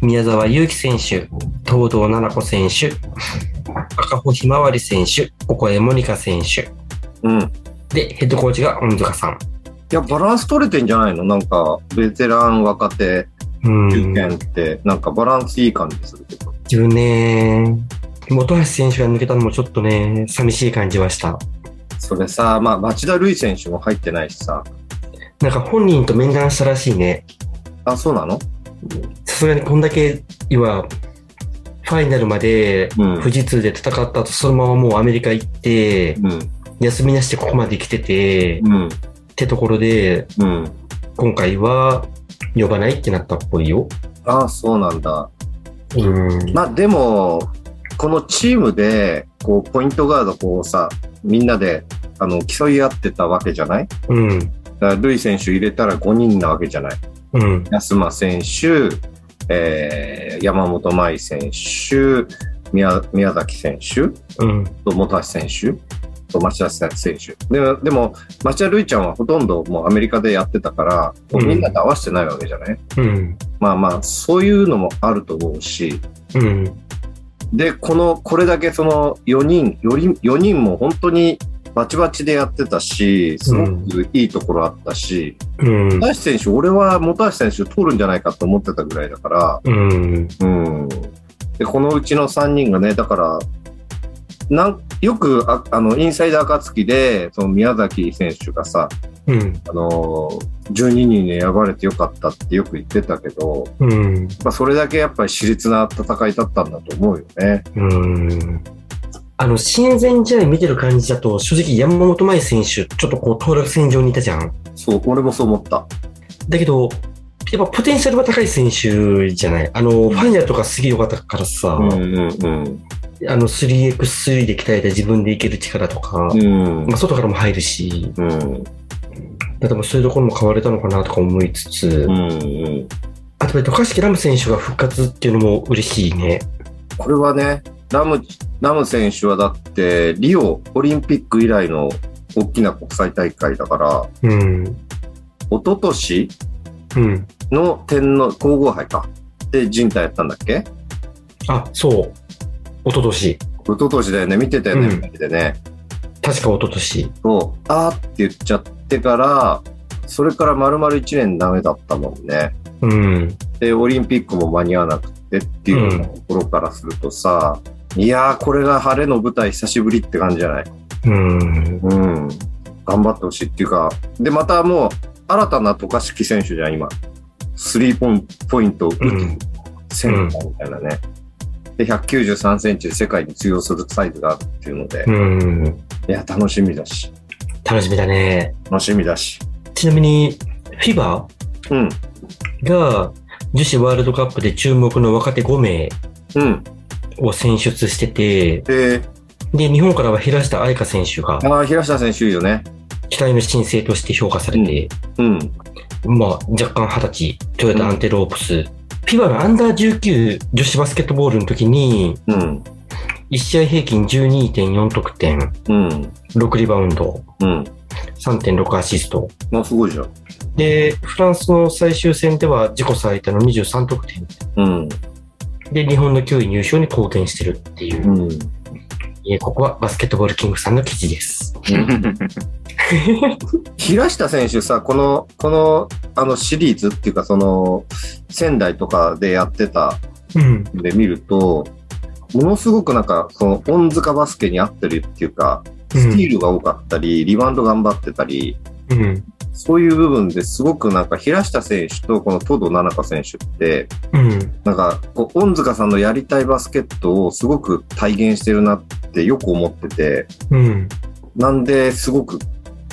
Speaker 1: 宮沢祐希選手、東堂奈々子選手、赤穂ひまわり選手、ここへモニカ選手。
Speaker 2: うん。
Speaker 1: で、ヘッドコーチが恩塚さん。
Speaker 2: いや、バランス取れてんじゃないのなんか、ベテラン、若手、
Speaker 1: うん。
Speaker 2: 中堅って、なんかバランスいい感じするけど。
Speaker 1: 自分ね、本橋選手が抜けたのもちょっとね、寂しい感じはした。
Speaker 2: それさ、まあ、町田瑠唯選手も入ってないしさ。
Speaker 1: なんか本人と面談したらしいね。
Speaker 2: あ、そうなの
Speaker 1: さすがにこんだけ今、ファイナルまで
Speaker 2: うん
Speaker 1: 富士通で戦った後、そのままもうアメリカ行って、
Speaker 2: うん。
Speaker 1: 休みなしでここまで来てて、っ
Speaker 2: うん。
Speaker 1: てところで、
Speaker 2: うん。
Speaker 1: 今回は呼ばないってなったっぽいよ。
Speaker 2: あ、そうなんだ。
Speaker 1: うん。
Speaker 2: まあ、でも、このチームで、こう、ポイントガード、こうさ、みんなで、あの、競い合ってたわけじゃないだ
Speaker 1: うん。
Speaker 2: から瑠唯選手入れたら5人なわけじゃない
Speaker 1: うん。
Speaker 2: 安間選手、えー山本麻衣選手宮、宮崎選手、
Speaker 1: うん。
Speaker 2: と本橋選手、と町田選手。ででも、町田瑠唯ちゃんはほとんどもうアメリカでやってたから、こう
Speaker 1: うん
Speaker 2: みんなで合わせてないわけじゃない、
Speaker 1: うん。
Speaker 2: まあまあ、そういうのもあると思うし、
Speaker 1: うん。
Speaker 2: で、この、これだけその4人、4人 ,4 人も本当にバチバチでやってたし、すごくいいところあったし、
Speaker 1: うん。
Speaker 2: 本橋選手、俺は本橋選手通るんじゃないかと思ってたぐらいだから、
Speaker 1: うん。
Speaker 2: うん、でこのうちの3人がねだからなんよくああのインサイダー暁でその宮崎選手がさ、
Speaker 1: うん。
Speaker 2: あのー12人に選ばれてよかったってよく言ってたけど、
Speaker 1: うん。
Speaker 2: まあ、それだけやっぱり熾烈な戦いだったんだと思うよね。
Speaker 1: うんあの、親善試合見てる感じだと、正直山本麻衣選手、ちょっとこう、当落線上にいたじゃん。
Speaker 2: そう俺もそう思った。
Speaker 1: だけど、やっぱポテンシャルは高い選手じゃない。あの、ファイナルとかすげえ良かったからさ、
Speaker 2: うんうん
Speaker 1: あの、3x3 で鍛えた自分でいける力とか、
Speaker 2: うん
Speaker 1: まあ、外からも入るし、
Speaker 2: うんうん
Speaker 1: だってもうそういうところも変われたのかなとか思いつつ、
Speaker 2: うん
Speaker 1: あと、渡嘉敷ラム選手が復活っていうのも嬉しいね。
Speaker 2: これはねラムラム選手はだってリオオリンピック以来の大きな国際大会だから
Speaker 1: うん。
Speaker 2: 一昨年
Speaker 1: うん。
Speaker 2: の天皇皇后杯かで人体やったんだっけ
Speaker 1: あ、そう。一昨年
Speaker 2: 一昨年だよね見てたよね、
Speaker 1: うん
Speaker 2: 二人でね
Speaker 1: 確か一昨年
Speaker 2: そうあーって言っちゃってからそれから丸々1年ダメだったもんね
Speaker 1: うん。
Speaker 2: でオリンピックも間に合わなくてっていうようなところからするとさ、いやーこれが晴れの舞台久しぶりって感じじゃない
Speaker 1: うん。
Speaker 2: うん頑張ってほしいっていうかでまたもう新たな渡嘉敷選手じゃん今スリーポインポイント打って
Speaker 1: うん。
Speaker 2: センターみたいなね。で、193センチで世界に通用するサイズがあるっていうので、
Speaker 1: うん。
Speaker 2: いや、楽しみだし、
Speaker 1: 楽しみだね。
Speaker 2: 楽しみだし。
Speaker 1: ちなみに、FIBA
Speaker 2: うん、
Speaker 1: が女子ワールドカップで注目の若手5名
Speaker 2: うん。
Speaker 1: を選出してて、
Speaker 2: で、
Speaker 1: で、日本からは平下愛香選手が
Speaker 2: ああ、平下選手いいよね。
Speaker 1: 期待の新星として評価されて、
Speaker 2: うん、
Speaker 1: まあ、若干20歳、トヨタアンテロープス。FIBA のアンダー19女子バスケットボールの時に、
Speaker 2: うん、
Speaker 1: 1試合平均12.4得点、
Speaker 2: うん、
Speaker 1: 6リバウンド、
Speaker 2: うん。
Speaker 1: 3.6アシスト。
Speaker 2: まあ、すごいじゃん。
Speaker 1: で、フランスの最終戦では自己最多の23得点。
Speaker 2: うん、
Speaker 1: で、日本の9位入賞に貢献してるっていう
Speaker 2: う、ん。
Speaker 1: えーここはバスケットボールキングさんの記事です。
Speaker 2: 平下選手さ、この、この、あの、シリーズっていうか、その、仙台とかでやってた
Speaker 1: うん。
Speaker 2: んで見ると、ものすごくなんか、その、恩塚バスケに合ってるっていうか、スティールが多かったり、リバウンド頑張ってたり、
Speaker 1: うん。
Speaker 2: そういう部分ですごくなんか平下選手とこの東堂奈々香選手って、
Speaker 1: うん。
Speaker 2: なんかこう、恩塚さんのやりたいバスケットをすごく体現してるなってよく思ってて、
Speaker 1: うん。
Speaker 2: なんですごく、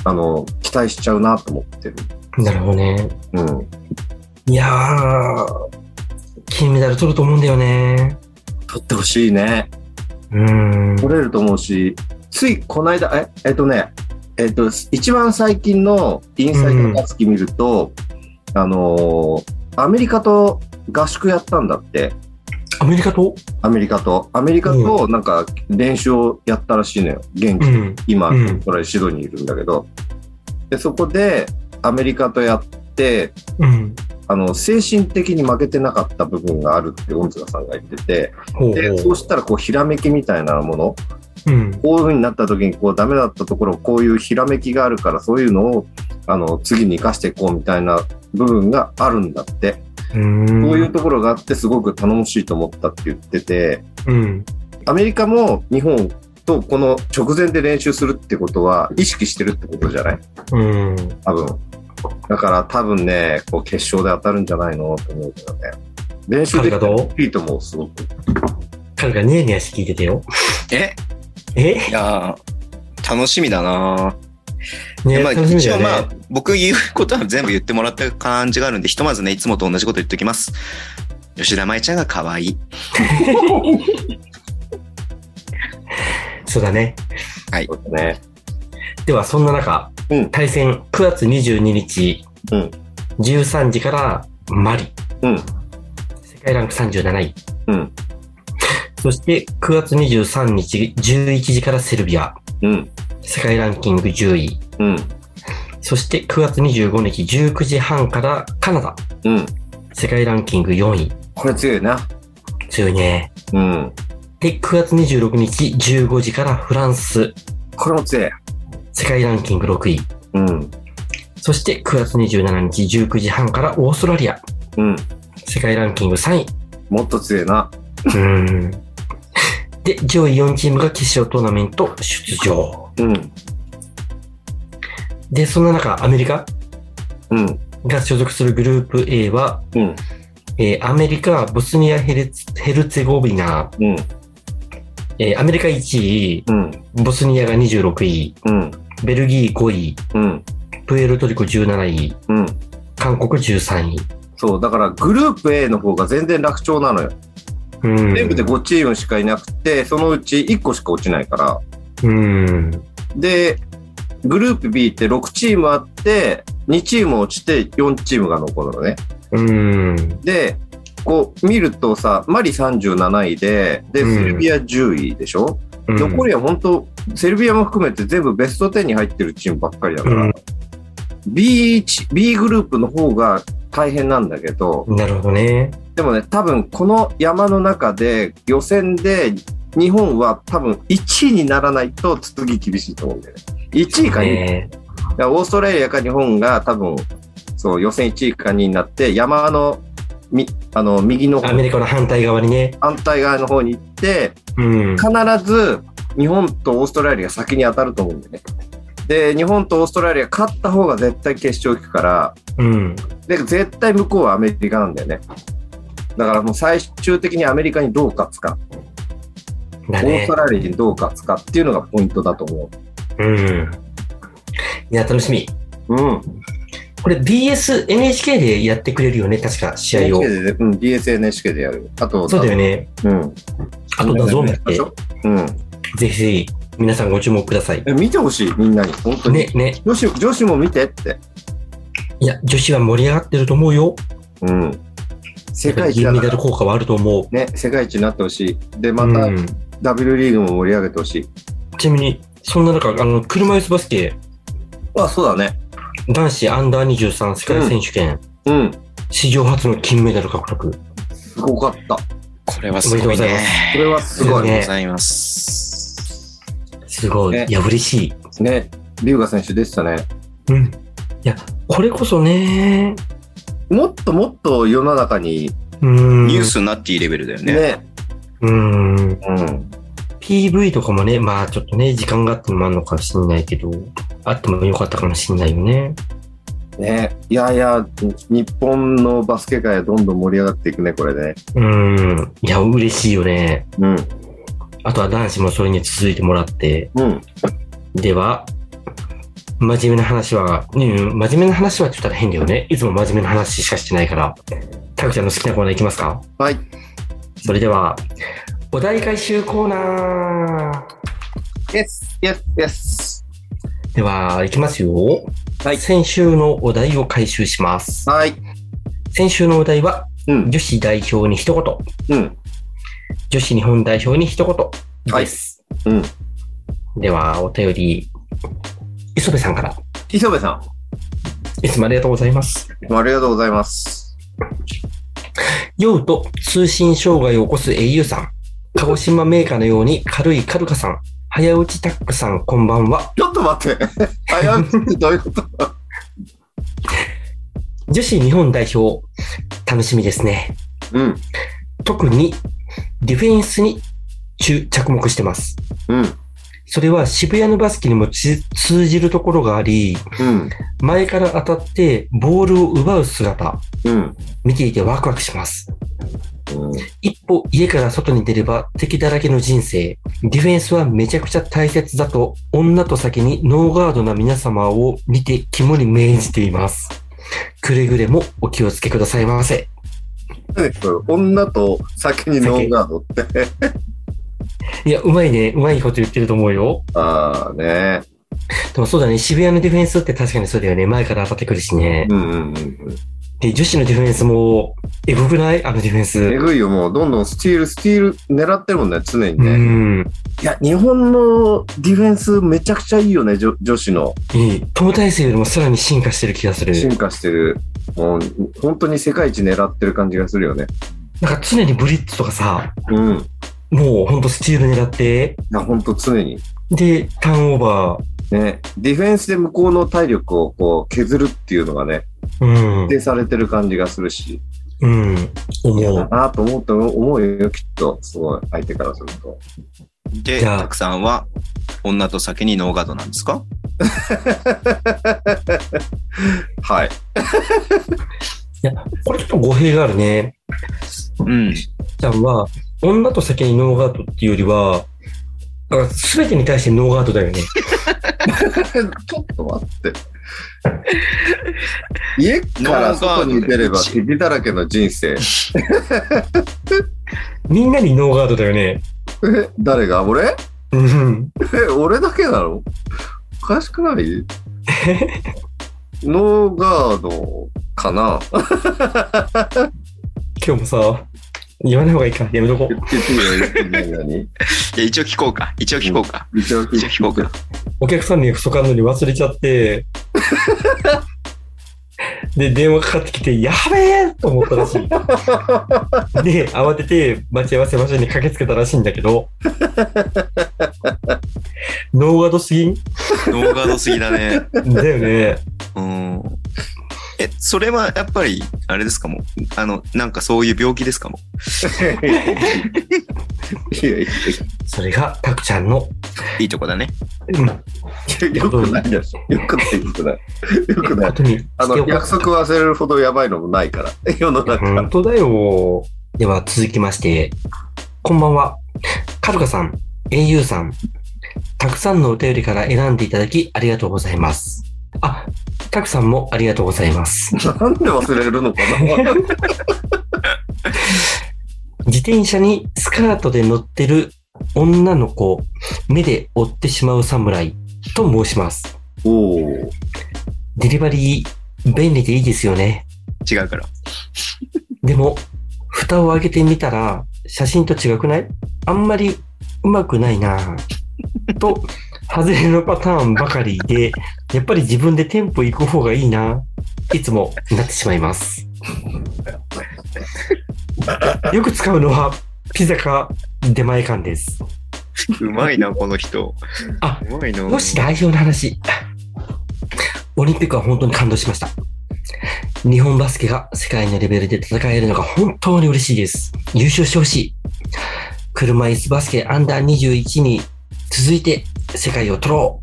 Speaker 2: あの、期待しちゃうなと思ってる。
Speaker 1: なるほどね。
Speaker 2: うん。
Speaker 1: いやー、金メダル取ると思うんだよね。
Speaker 2: 取ってほしいね。
Speaker 1: うん。
Speaker 2: 取れると思うし、ついこの間、え、えっとね、えっと、一番最近のインサイドタスキ見ると、あのーアメリカと合宿やったんだって、
Speaker 1: アメリカと
Speaker 2: アメリカと。アメリカとなんか練習をやったらしいのよ、現地で。
Speaker 1: ん。
Speaker 2: 今、
Speaker 1: うん
Speaker 2: これシドニーいるんだけど。で、そこでアメリカとやって、
Speaker 1: うん。
Speaker 2: あの、精神的に負けてなかった部分があるって、ゴンズラさんが言ってて、
Speaker 1: ほう
Speaker 2: で、そうしたら、こう、ひらめきみたいなもの、
Speaker 1: うん。
Speaker 2: こういう風になった時に、こう、ダメだったところ、こういうひらめきがあるから、そういうのを、あの、次に生かしていこうみたいな部分があるんだって、
Speaker 1: うん。
Speaker 2: こういうところがあって、すごく頼もしいと思ったって言ってて、
Speaker 1: うん。
Speaker 2: アメリカも日本とこの直前で練習するってことは、意識してるってことじゃない
Speaker 1: うん。
Speaker 2: 多分。だから多分ね、こう決勝で当たるんじゃないのと思うけどね。練習
Speaker 1: 彼
Speaker 2: で
Speaker 1: がどう
Speaker 2: いいと思う、すごく。
Speaker 1: 彼がニヤニヤして聞いててよ。
Speaker 3: え
Speaker 1: え
Speaker 3: いやー楽しみだな
Speaker 1: ね
Speaker 3: まあ、
Speaker 1: 楽しみ
Speaker 3: 一
Speaker 1: だ
Speaker 3: 応
Speaker 1: よ
Speaker 3: ま
Speaker 1: ね
Speaker 3: あ。、僕言うことは全部言ってもらった感じがあるんで、ひとまずね、いつもと同じこと言っておきます。吉田舞ちゃんが可愛い。
Speaker 1: そうだね。
Speaker 2: そうだね。
Speaker 1: では、そんな中、
Speaker 2: うん
Speaker 1: 対戦9月22日、
Speaker 2: うん
Speaker 1: 13時からマリ、
Speaker 2: うん
Speaker 1: 世界ランク37位。
Speaker 2: うん
Speaker 1: そして、9月23日、11時からセルビア、
Speaker 2: うん。
Speaker 1: 世界ランキング10位。
Speaker 2: うん。
Speaker 1: そして、9月25日、19時半からカナダ、
Speaker 2: うん。
Speaker 1: 世界ランキング4位。
Speaker 2: これ強いな。
Speaker 1: 強いね。
Speaker 2: うん。
Speaker 1: で、9月26日、15時からフランス、
Speaker 2: これも強い。
Speaker 1: 世界ランキング6位。
Speaker 2: うん。
Speaker 1: そして、9月27日、19時半からオーストラリア、
Speaker 2: うん。
Speaker 1: 世界ランキング3位。
Speaker 2: もっと強いな。
Speaker 1: うん で、上位4チームが決勝トーナメント出場。
Speaker 2: うん。
Speaker 1: で、そんな中、アメリカ
Speaker 2: うん。
Speaker 1: が所属するグループ A は、
Speaker 2: うん。
Speaker 1: えーアメリカ、ボスニアヘルツヘルツェゴビナ、
Speaker 2: うん。
Speaker 1: えーアメリカ1位、
Speaker 2: うん。
Speaker 1: ボスニアが26位、
Speaker 2: うん。
Speaker 1: ベルギー5位、
Speaker 2: うん。
Speaker 1: プエルトリコ17位、
Speaker 2: うん。
Speaker 1: 韓国13位。
Speaker 2: そう。だからグループ A の方が全然楽勝なのよ。
Speaker 1: うん、
Speaker 2: 全部で5チームしかいなくて、そのうち1個しか落ちないから。
Speaker 1: うん。
Speaker 2: で、グループ B って6チームあって、2チーム落ちて4チームが残るのね。
Speaker 1: うん。
Speaker 2: で、こう見るとさ、マリ37位で、で、
Speaker 1: うん
Speaker 2: セルビア10位でしょ、
Speaker 1: うん
Speaker 2: 残りは本当、セルビアも含めて全部ベスト10に入ってるチームばっかりだから、
Speaker 1: うん
Speaker 2: B, チ B グループの方が大変なんだけど、
Speaker 1: なるほどね。
Speaker 2: でもね、多分この山の中で予選で日本は多分1位にならないと次厳しいと思うんだよね。1位か2位
Speaker 1: ね
Speaker 2: だからオーストラリアか日本が多分そう予選1位か2位になって山のみあの右の
Speaker 1: アメリカの反対側にね。
Speaker 2: 反対側の方に行って
Speaker 1: うん。
Speaker 2: 必ず日本とオーストラリアが先に当たると思うんでね。で日本とオーストラリア勝った方が絶対決勝行くから
Speaker 1: うん。
Speaker 2: で絶対向こうはアメリカなんだよね。だからもう最終的にアメリカにどう勝つか、
Speaker 1: だ
Speaker 2: オー
Speaker 1: ね
Speaker 2: スト。ラリアにどう勝つかっていうのがポイントだと思
Speaker 1: うん。いや、楽しみ。
Speaker 2: う。うん。
Speaker 1: これ BS、NHK でやってくれるよね、確か、試合を。
Speaker 2: NHK で、うん、BSNHK でやる。あと、
Speaker 1: そうだよね。
Speaker 2: うん。
Speaker 1: あと、ダゾーンだっけ
Speaker 2: でしょうん。
Speaker 1: ぜひぜひ、皆さんご注目ください。
Speaker 2: え見てほしい、みんなに、本当に。
Speaker 1: ね、ね。
Speaker 2: 女子女子も見てって。
Speaker 1: いや、女子は盛り上がってると思うよ。
Speaker 2: うん。世界一
Speaker 1: 銀
Speaker 2: だ
Speaker 1: メ
Speaker 2: か
Speaker 1: ダル
Speaker 2: ら、
Speaker 1: 効果はあると思う。
Speaker 2: ね、世界一になってほしい。で、また、
Speaker 1: うん
Speaker 2: W リーグも盛り上げてほしい。
Speaker 1: ちなみに、そんな中、あの、車椅子バスケ、
Speaker 2: あ、そうだね。
Speaker 1: 男子アンダー23世界選手権、
Speaker 2: うん。
Speaker 1: 史上初の金メダル獲得。
Speaker 2: すごかった。こ
Speaker 3: これはすご
Speaker 1: お
Speaker 3: い
Speaker 1: めでとうございま
Speaker 3: ね。
Speaker 2: れはすごい。
Speaker 1: ね
Speaker 2: ね、
Speaker 3: ございます。
Speaker 1: すごい
Speaker 2: ね。
Speaker 1: いや、嬉しい。
Speaker 2: 龍河選手でしたね。
Speaker 1: うん。いや、これこそね、
Speaker 2: もっともっと世の中に、
Speaker 1: うん。
Speaker 3: ニュー。スになっていいレベルだよね。
Speaker 2: ね、
Speaker 1: うん。
Speaker 2: うん。
Speaker 1: PV とかもね、まあちょっとね、時間があってもあるのかもしんないけど、あってもよかったかもしんないよね。
Speaker 2: ね、いやいや、日本のバスケ界はどんどん盛り上がっていくね、これね。
Speaker 1: うん。いや、嬉しいよね。
Speaker 2: うん。
Speaker 1: あとは男子もそれに続いてもらって。
Speaker 2: うん。
Speaker 1: では、真面目な話は、うん、真面目な話はって言ったら変だよね。いつも真面目な話しかしてないから。たくちゃんの好きなコーナーいきますか
Speaker 2: はい。
Speaker 1: それでは、お題回収コーナ
Speaker 2: イエスイエスイエス
Speaker 1: ー。では、いきますよ。
Speaker 2: はい
Speaker 1: 先週のお題を回収します。
Speaker 2: はい。
Speaker 1: 先週のお題は、
Speaker 2: うん。
Speaker 1: 女子代表に一言、
Speaker 2: うん。
Speaker 1: 女子日本代表に一言です。
Speaker 2: はいうん
Speaker 1: では、お便り、磯部さんから。
Speaker 2: 磯部さ
Speaker 1: いつもありがとうございます。
Speaker 2: ん、ありがとうございます。
Speaker 1: 酔うと通信障害を起こす au さん。鹿児島メーカーのように軽いカルカさん。早打ちタックさん、こんばんは。
Speaker 2: ちょっと待 って。早打ちってどういうこと
Speaker 1: 女子日本代表、楽しみですね。
Speaker 2: うん。
Speaker 1: 特に、ディフェンスに注着目してます。
Speaker 2: うん。
Speaker 1: それは渋谷のバスケにもち通じるところがあり、
Speaker 2: うん。
Speaker 1: 前から当たってボールを奪う姿、
Speaker 2: うん。
Speaker 1: 見ていてワクワクします。
Speaker 2: うん
Speaker 1: 一歩家から外に出れば敵だらけの人生。ディフェンスはめちゃくちゃ大切だと、女と先にノーガードな皆様を見て肝に銘じています。くれぐれもお気をつけくださいませ。
Speaker 2: 何ですか女と先にノーガードって。
Speaker 1: いや、うまいね。うまいこと言ってると思うよ。
Speaker 2: ああね。
Speaker 1: でもそうだね。渋谷のディフェンスって確かにそうだよね。前から当たってくるしね。
Speaker 2: うんうんうん。
Speaker 1: で、女子のディフェンスも、えぐくないあのディフェンス。
Speaker 2: えぐいよ、もう。どんどんスチール、スチール狙ってるもんね、常に
Speaker 1: う
Speaker 2: ね。
Speaker 1: ん。
Speaker 2: いや、日本のディフェンスめちゃくちゃいいよね、女女子の。
Speaker 1: いい。東大生よりもさらに進化してる気がする。
Speaker 2: 進化してる。もう、本当に世界一狙ってる感じがするよね。
Speaker 1: なんか常にブリッツとかさ、
Speaker 2: うん。い
Speaker 1: もうほんとスチール狙って、
Speaker 2: や、本当常に。
Speaker 1: で、ターンオーバ
Speaker 2: ね。ディフェンスで向こうの体力をこう削るっていうのがね、
Speaker 1: ー。
Speaker 2: 徹底されてる感じがするし。
Speaker 1: うん。うん。思
Speaker 2: だ
Speaker 1: う。
Speaker 2: なと思うと思うよ、きっと。すごい、相手からすると。
Speaker 3: で、
Speaker 1: じゃあ
Speaker 3: たくさんは女と先にノーガードなんですか
Speaker 2: はい。
Speaker 1: これちょっと語弊があるね。
Speaker 3: うん。
Speaker 1: ちゃんは、女と先にノーガードっていうよりは、だから全てに対してノーガードだよね。
Speaker 2: ちょっと待って。家から外に出れば敵だらけの人生。
Speaker 1: みんなにノーガードだよね。
Speaker 2: え、誰が俺
Speaker 1: うん。
Speaker 2: え、俺だけなのおかしくないノーガードかな
Speaker 1: 今日もさ、言わない方がいいか。やめとこ
Speaker 2: 言ってていいよ言ってていいよ何
Speaker 3: いや一応聞こうか。一応聞こうか。
Speaker 2: 一応
Speaker 3: 一応聞こうか。
Speaker 1: お客さんに約束あるのに忘れちゃって、で、電話かかってきて、やべえと思ったらしい。で、慌てて待ち合わせ場所に駆けつけたらしいんだけ ど、ノーガードすぎん
Speaker 3: ノーガードすぎだね。
Speaker 1: だよね。
Speaker 3: うん。え、それはやっぱり、あれですかもうあの、なんかそういう病気ですかも
Speaker 2: いやい
Speaker 1: それが、たくちゃんの、
Speaker 3: いいとこだね。
Speaker 1: うん、
Speaker 2: やよくないでしょ。よくない、よくない。よくない
Speaker 1: こ。とにして
Speaker 2: あの、
Speaker 1: よかっ
Speaker 2: 約
Speaker 1: た。
Speaker 2: 束忘れるほどやばいのもないから、世の中。
Speaker 1: 本当だよ。では、続きまして、こんばんは。カルカさん、au さん、たくさんのお便りから選んでいただき、ありがとうございます。あ、たくさんもありがとうございます。
Speaker 2: なんで忘れるのかな
Speaker 1: 自転車にスカートで乗ってる女の子を目で追ってしまう侍と申します。
Speaker 2: おお。
Speaker 1: デリバリー、便利でいいですよね。
Speaker 3: 違うから。
Speaker 1: でも、蓋を開けてみたら、写真と違くないあんまりうまくないなぁと、外れのパターンばかりで、やっぱり自分で店舗行く方がいいなぁいつもなってしまいます。よく使うのは、ピザか出前館です。
Speaker 3: うまいな、この人。
Speaker 1: あ
Speaker 3: うまいな。
Speaker 1: もし代表の話。オリンピックは本当に感動しました。日本バスケが世界のレベルで戦えるのが本当に嬉しいです。優勝してほしい。車椅子バスケアンダー21に続いて世界を取ろ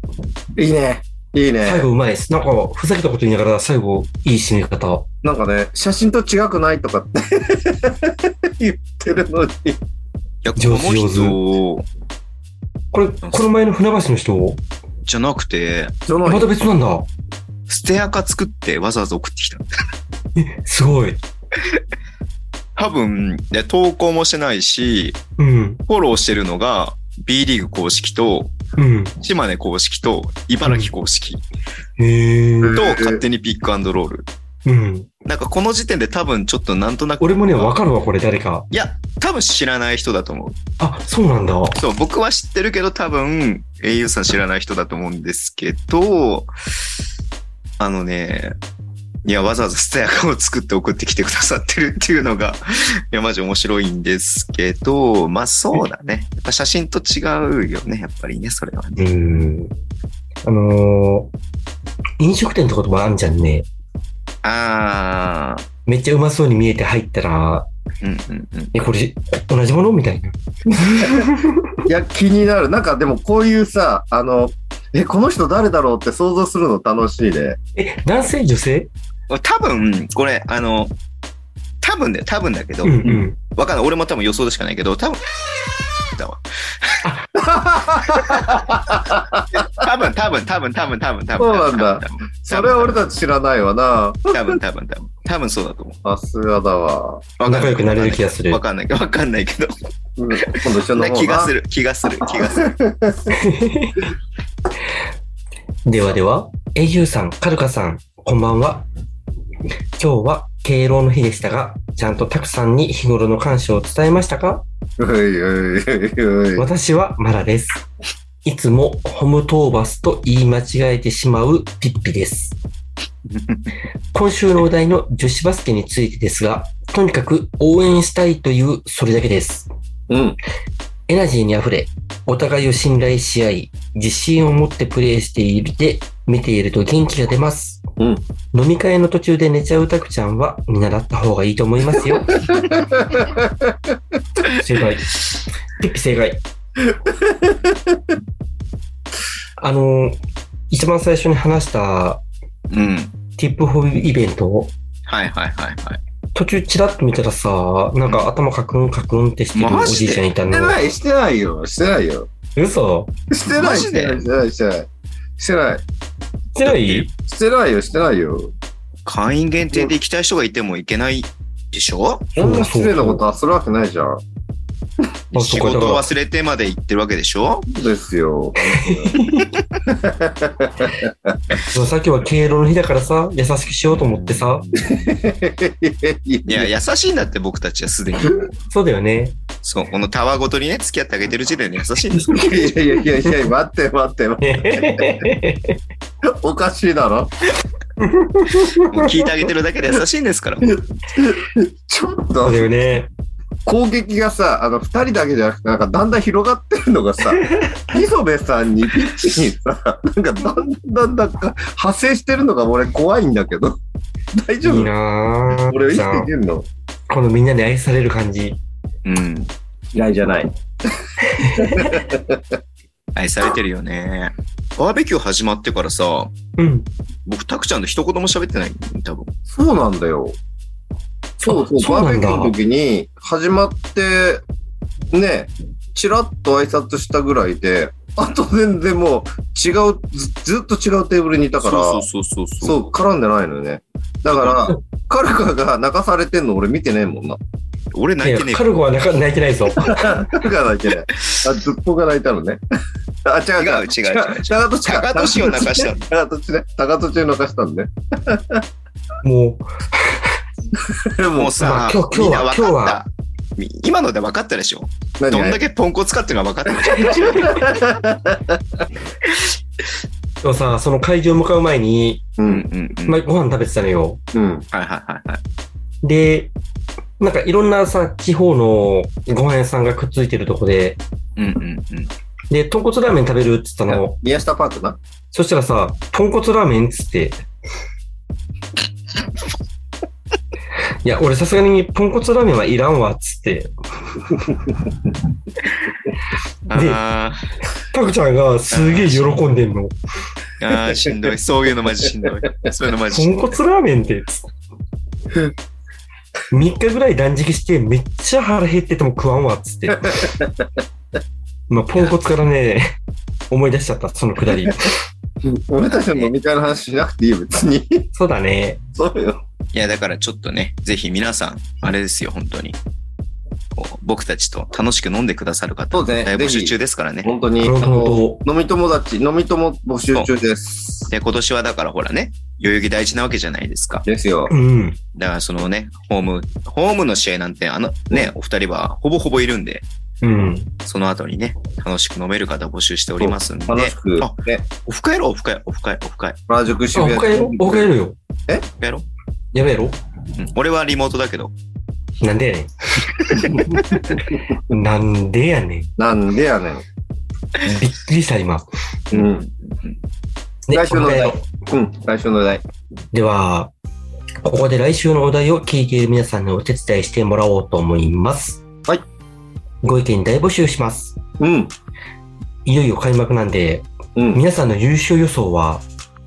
Speaker 1: う。
Speaker 2: いいね。いいね。
Speaker 1: 最後うまいです。なんかふざけたこと言いながら最後いい締め方。
Speaker 2: なんかね、写真と違くないとかって言ってるのに。
Speaker 3: いや、こ
Speaker 1: 上手
Speaker 3: の人
Speaker 1: これ、この前の船橋の人
Speaker 3: じゃなくて、
Speaker 2: そ の
Speaker 1: また別なんだ。
Speaker 3: ステアカ作ってわざわざ送ってきた。
Speaker 1: すごい。
Speaker 3: 多分、で投稿もしてないし、
Speaker 1: うん。
Speaker 3: フォローしてるのが B リーグ公式と、
Speaker 1: うん。
Speaker 3: 島根公式と、茨城公式と
Speaker 1: へえ。
Speaker 2: うん
Speaker 3: 勝手にピックアンドロール。
Speaker 1: うん。
Speaker 3: なんかこの時点で多分ちょっとなんとなく。
Speaker 1: 俺もね、わかるわ、これ、誰か。
Speaker 3: いや、多分知らない人だと思う。
Speaker 1: あ、そうなんだ。
Speaker 3: そう、僕は知ってるけど多分、au さん知らない人だと思うんですけど、あのね、いや、わざわざスタヤカを作って送ってきてくださってるっていうのが、 いや、マジ面白いんですけど、まあそうだね。やっぱ写真と違うよね、やっぱりね、それはね。
Speaker 1: うん。あのー飲食店とかでもあんじゃんね。
Speaker 3: あ
Speaker 1: めっちゃうまそうに見えて入ったら、
Speaker 3: ー、うんうんうん。
Speaker 1: え、これ、同じものみたいな。
Speaker 2: いや、気になる。なんかでもこういうさ、あの、え、この人誰だろうって想像するの楽しいね。
Speaker 1: え、男性女性
Speaker 3: 多分、これ、あの、多分だよ、多分だけど、
Speaker 1: うんうん。
Speaker 3: わかんない。俺も多分予想でしかないけど、多分、だわ。 多分、多分、多分、多分、多分、多分。
Speaker 2: そうなんだ。それは俺たち知らないわな。
Speaker 3: 多分、多分、多分。多分そうだと思
Speaker 2: さすがだわ。
Speaker 3: う。わかん
Speaker 1: 仲良くなれる気がする
Speaker 3: わかんない。わかんないけど。
Speaker 2: うん今度一緒に飲もうな。
Speaker 3: 気がする。気がする。気がする。
Speaker 1: ではでは、えゆうさん、かるかさん、こんばんは。今日は敬老の日でしたが、ちゃんとたくさんに日頃の感謝を伝えましたか
Speaker 2: ういういういう
Speaker 1: 私はマラです。いつもホムトーバスと言い間違えてしまうピッピです。今週のお題の女子バスケについてですが、とにかく応援したいというそれだけです。
Speaker 2: うん。
Speaker 1: エナジーに溢れ、お互いを信頼し合い、自信を持ってプレーしていて、見ていると元気が出ます。
Speaker 2: うん
Speaker 1: 飲み会の途中で寝ちゃうたくちゃんは見習った方がいいと思います よ。正解。ピッピ正解。あの、一番最初に話した
Speaker 3: うん。
Speaker 1: ティップホビイベントを
Speaker 3: はいはいはいはい。
Speaker 1: 途中チラッと見たらさ、なんか頭カクンカクンってしてるお
Speaker 3: マジ
Speaker 1: じ
Speaker 3: で
Speaker 1: いちゃんいた
Speaker 2: し
Speaker 1: の
Speaker 2: て。ない、してないよ。してないよ。
Speaker 1: 嘘
Speaker 2: してな
Speaker 3: マ
Speaker 2: い、
Speaker 3: ジ
Speaker 2: し
Speaker 3: で
Speaker 2: てない、してない、してない。してない
Speaker 1: してない
Speaker 2: してないよ、してないよ。
Speaker 3: 会員限定で行きたい人がいても行けないでしょ
Speaker 2: こんな失礼なことはするわけないじゃん。
Speaker 1: あそ
Speaker 3: 仕
Speaker 1: っか
Speaker 3: 事を忘れてまで行ってるわけでしょ
Speaker 2: ですよ。
Speaker 1: そうさっきは敬老の日だからさ、優しくしようと思ってさ、
Speaker 3: いや、優しいんだって僕たちはすでに。
Speaker 1: そうだよね。
Speaker 3: そう、このタワごとにね、付き合ってあげてる時点で優しいんですよ。
Speaker 2: いやいやいやいや、待って待って待って、おかしいだろ
Speaker 3: もう聞いてあげてるだけで優しいんですから。
Speaker 2: ちょっ
Speaker 1: そ
Speaker 2: と
Speaker 1: うだ、よね。
Speaker 2: 攻撃がさ、あの、二人だけじゃなくて、なんかだんだん広がってるのがさ、磯部さんに、ピッチにさ、なんかだんだんだんか派生してるのが俺怖いんだけど、大
Speaker 1: い
Speaker 2: 丈
Speaker 1: い
Speaker 2: 夫
Speaker 1: なぁ。
Speaker 2: 俺
Speaker 1: じ
Speaker 2: 生
Speaker 1: ゃ
Speaker 2: きてい
Speaker 1: あ
Speaker 2: け、んの
Speaker 1: このみんなに愛される感じ。
Speaker 3: うん。
Speaker 2: 嫌いじゃない。
Speaker 3: 愛されてるよね。バーベキュー始まってからさ、
Speaker 1: うん。
Speaker 3: 僕、タクちゃんと一言も喋ってない多分。
Speaker 2: そうなんだよ。そうそう、
Speaker 1: そう
Speaker 2: バー
Speaker 1: な
Speaker 2: ベ
Speaker 1: ん
Speaker 2: キ
Speaker 1: だ
Speaker 2: ューの時に、始まって、ね、ちらっと挨拶したぐらいで、あと全然もう違う、ずずっと違うテーブルにいたから、
Speaker 3: そうそうそうそう。
Speaker 2: そう絡んでないのよね。だ から、カルカが泣かされてんの俺見てねえもんな。
Speaker 3: 俺泣いてね
Speaker 1: いやカルゴは泣か泣いてないぞ。
Speaker 2: カルカが泣い てねえ。あ、ずっぽが泣いたのね。あ、違う違う。
Speaker 3: 違う違う違う
Speaker 2: 高利
Speaker 3: 違う
Speaker 2: か。
Speaker 3: 高利を泣かしたの
Speaker 2: 高利ね。高利を泣かしたんで。
Speaker 1: も
Speaker 3: え。もう
Speaker 1: ま
Speaker 3: さ
Speaker 1: あ、今日
Speaker 3: みんな分
Speaker 1: 今日
Speaker 3: かった
Speaker 1: は。
Speaker 3: み今ので分かったでしょ
Speaker 2: 何
Speaker 3: どんだけポンコツかっていうのが分かったでしょ
Speaker 1: う、でもさ、その会場向かう前に、
Speaker 2: う
Speaker 3: うん
Speaker 2: ん。
Speaker 3: うんうん。
Speaker 1: ま
Speaker 3: は
Speaker 1: あ、ご飯食べてたのよ。
Speaker 2: うん。
Speaker 3: いはいはいはい。
Speaker 1: で、なんかいろんなさ、地方のご飯屋さんがくっついてるとこで、
Speaker 3: うんうんうん。
Speaker 1: で、豚骨ラーメン食べるっつったの。
Speaker 2: 宮下パークな。
Speaker 1: そしたらさ、豚骨ラーメンっつ って。いや、俺さすがに豚骨ラーメンはいらんわっつって。
Speaker 3: あ
Speaker 1: タクちゃんがすげえ喜んでんの。
Speaker 3: ーあー、しんどい。そういうのマジしんどい。そういうのマジしん
Speaker 1: 豚
Speaker 3: どい。
Speaker 1: 骨ラーメンって。3日ぐらい断食してめっちゃ腹減ってても食わんわっつ って。まあ、ポンコツからね、思い出しちゃった、そのくだり。
Speaker 2: 俺たちの飲み会の話しなくていいよ、別に。
Speaker 1: そうだね。
Speaker 2: そうよ。
Speaker 3: いや、だからちょっとね、ぜひ皆さん、あれですよ、本当に。こう僕たちと楽しく飲んでくださる方、
Speaker 2: そうですね
Speaker 3: 大募
Speaker 2: ぜ
Speaker 3: 集
Speaker 2: ひ
Speaker 3: 中ですからね。
Speaker 2: 本当に、あ
Speaker 1: なる
Speaker 2: の、
Speaker 1: ほ
Speaker 2: 飲み友達、飲み友募集中です。
Speaker 3: で、今年はだからほらね、代々木大事なわけじゃないですか。
Speaker 2: ですよ
Speaker 1: ど。。うん。
Speaker 3: だからそのね、ホーム、ホームの試合なんて、あのね、お二人はほぼほぼいるんで、
Speaker 1: うん。
Speaker 3: その後にね、楽しく飲める方募集しておりますんで。
Speaker 2: 楽しく、
Speaker 3: あ、
Speaker 2: ね、
Speaker 3: オフ会やろ、オフ会、オフ会、オフ会。
Speaker 2: 原宿
Speaker 1: あ、
Speaker 2: 渋谷
Speaker 1: 他やろ他やるよ。
Speaker 3: オフ会やろ、
Speaker 1: やめろ。
Speaker 3: うん、俺はリモートだけど、
Speaker 1: なんでやね ん。なんでやねん。
Speaker 2: なんでやねん。
Speaker 1: びっくりした、今。
Speaker 2: うん。
Speaker 1: ね、
Speaker 2: 来週の
Speaker 1: 他やろ
Speaker 2: うん。来週のお題。
Speaker 1: では、ここで来週のお題を聞いている皆さんにお手伝いしてもらおうと思います。
Speaker 2: はい。
Speaker 1: ご意見大募集します。
Speaker 2: うん。
Speaker 1: いよいよ開幕なんで、
Speaker 2: うん。
Speaker 1: 皆さんの優勝予想は、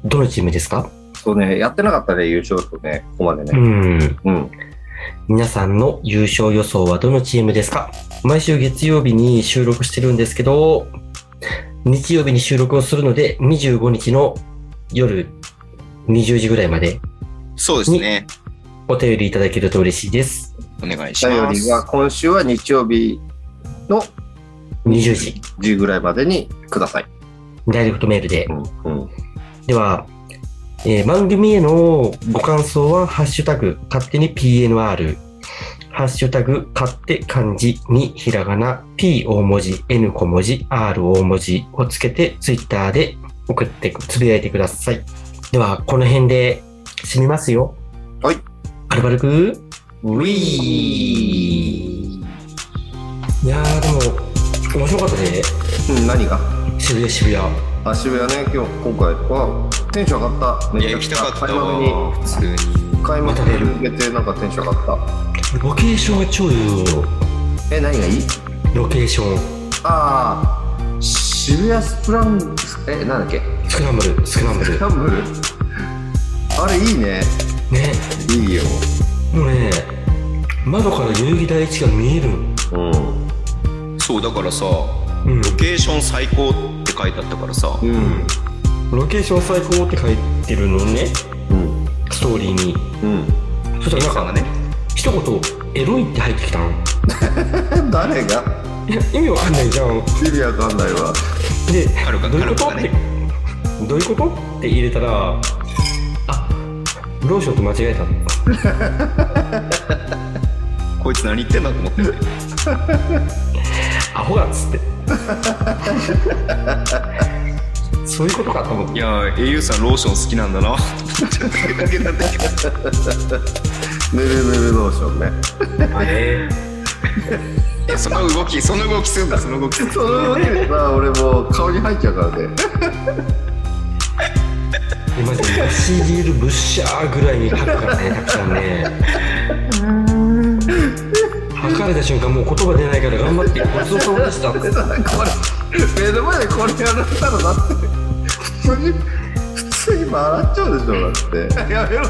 Speaker 1: どのチームですか
Speaker 2: そうね、やってなかったね、優勝とね、ここまで
Speaker 1: う
Speaker 2: ね。
Speaker 1: ん。
Speaker 2: うん。
Speaker 1: 皆さんの優勝予想はどのチームですか毎週月曜日に収録してるんですけど、日曜日に収録をするので、25日の夜20時ぐらいまで
Speaker 3: そうですね。
Speaker 1: お便りいただけると嬉しいです。
Speaker 3: お願いし
Speaker 2: 頼
Speaker 3: ま
Speaker 2: り
Speaker 3: す。
Speaker 2: は、今週は日曜日の
Speaker 1: 20時、
Speaker 2: 10ぐらいまでにください。
Speaker 1: ダイレクトメールで
Speaker 2: う。ん。うん。
Speaker 1: では、えー番組へのご感想は、ハッシュタグ、勝手に PNR、ハッシュタグ、勝手漢字にひらがな、P 大文字、N 小文字、R 大文字をつけて、ツイッターで送って、つぶやいてください。では、この辺で締めますよ。
Speaker 2: はい。
Speaker 1: アルバルク
Speaker 2: ウ
Speaker 1: いやー、でも、面白かったね。
Speaker 2: ー。うん、何が
Speaker 1: 渋谷渋谷。
Speaker 2: あ、渋谷ね、今日、今回は、テンション上がった。
Speaker 3: いや、行きたかった
Speaker 2: 買い物
Speaker 3: わ。
Speaker 2: に、
Speaker 3: 普通に。
Speaker 2: 買い物に向けて、なんかテンション上がっ
Speaker 1: ロケーションが超重要よ。
Speaker 2: た。え、何がいい
Speaker 1: ロケーション。
Speaker 2: ああ、渋谷スプラン、え、なんだっけ
Speaker 1: スクランブル、スクランブル
Speaker 2: ス。ランブルあれ、いいね。
Speaker 1: ね、
Speaker 2: いいよ。
Speaker 1: もうね、窓から代々木第一が見えるの。
Speaker 2: うん。
Speaker 3: そう、だからさ、
Speaker 1: うん。
Speaker 3: ロケーション最高って書いてあったからさ、
Speaker 2: うん。
Speaker 1: ロケーション最高って書いてるのね、
Speaker 2: うん。
Speaker 1: ストーリーに。
Speaker 2: うん。
Speaker 1: そしたらなん
Speaker 3: さん
Speaker 1: か
Speaker 3: が、ね、
Speaker 1: 一言、エロいって入ってきたの。
Speaker 2: 誰が
Speaker 1: いや、意味わかんないじゃん。
Speaker 2: ビビア館内は。
Speaker 1: で、
Speaker 3: カルカ
Speaker 1: どういうこと
Speaker 3: カ
Speaker 1: っ
Speaker 3: ル
Speaker 1: て
Speaker 3: カ、
Speaker 1: どういうことって入れたら、あ、ローションと間違えたの。
Speaker 3: こいつ何言ってんだと思って。
Speaker 1: アホがっつって。そういうことかと思って
Speaker 3: い。やー、au さんローション好きなんだ な。ちょっとだけなんだけど。
Speaker 2: ぬるぬるローションね。
Speaker 1: あれ
Speaker 3: えその動き、その動きするんだ、その動き。
Speaker 2: その時にさ、俺もう顔に入っちゃうからね。
Speaker 1: でマジでシールブッシャーぐらいに吐くからね、たくさんね。吐かれた瞬間、もう言葉出ないから頑張って、ごちそうさまで したって。
Speaker 2: これ、目の前でこれやられたらだって、普通に、普通に笑っちゃうでしょ、だって。やめろ。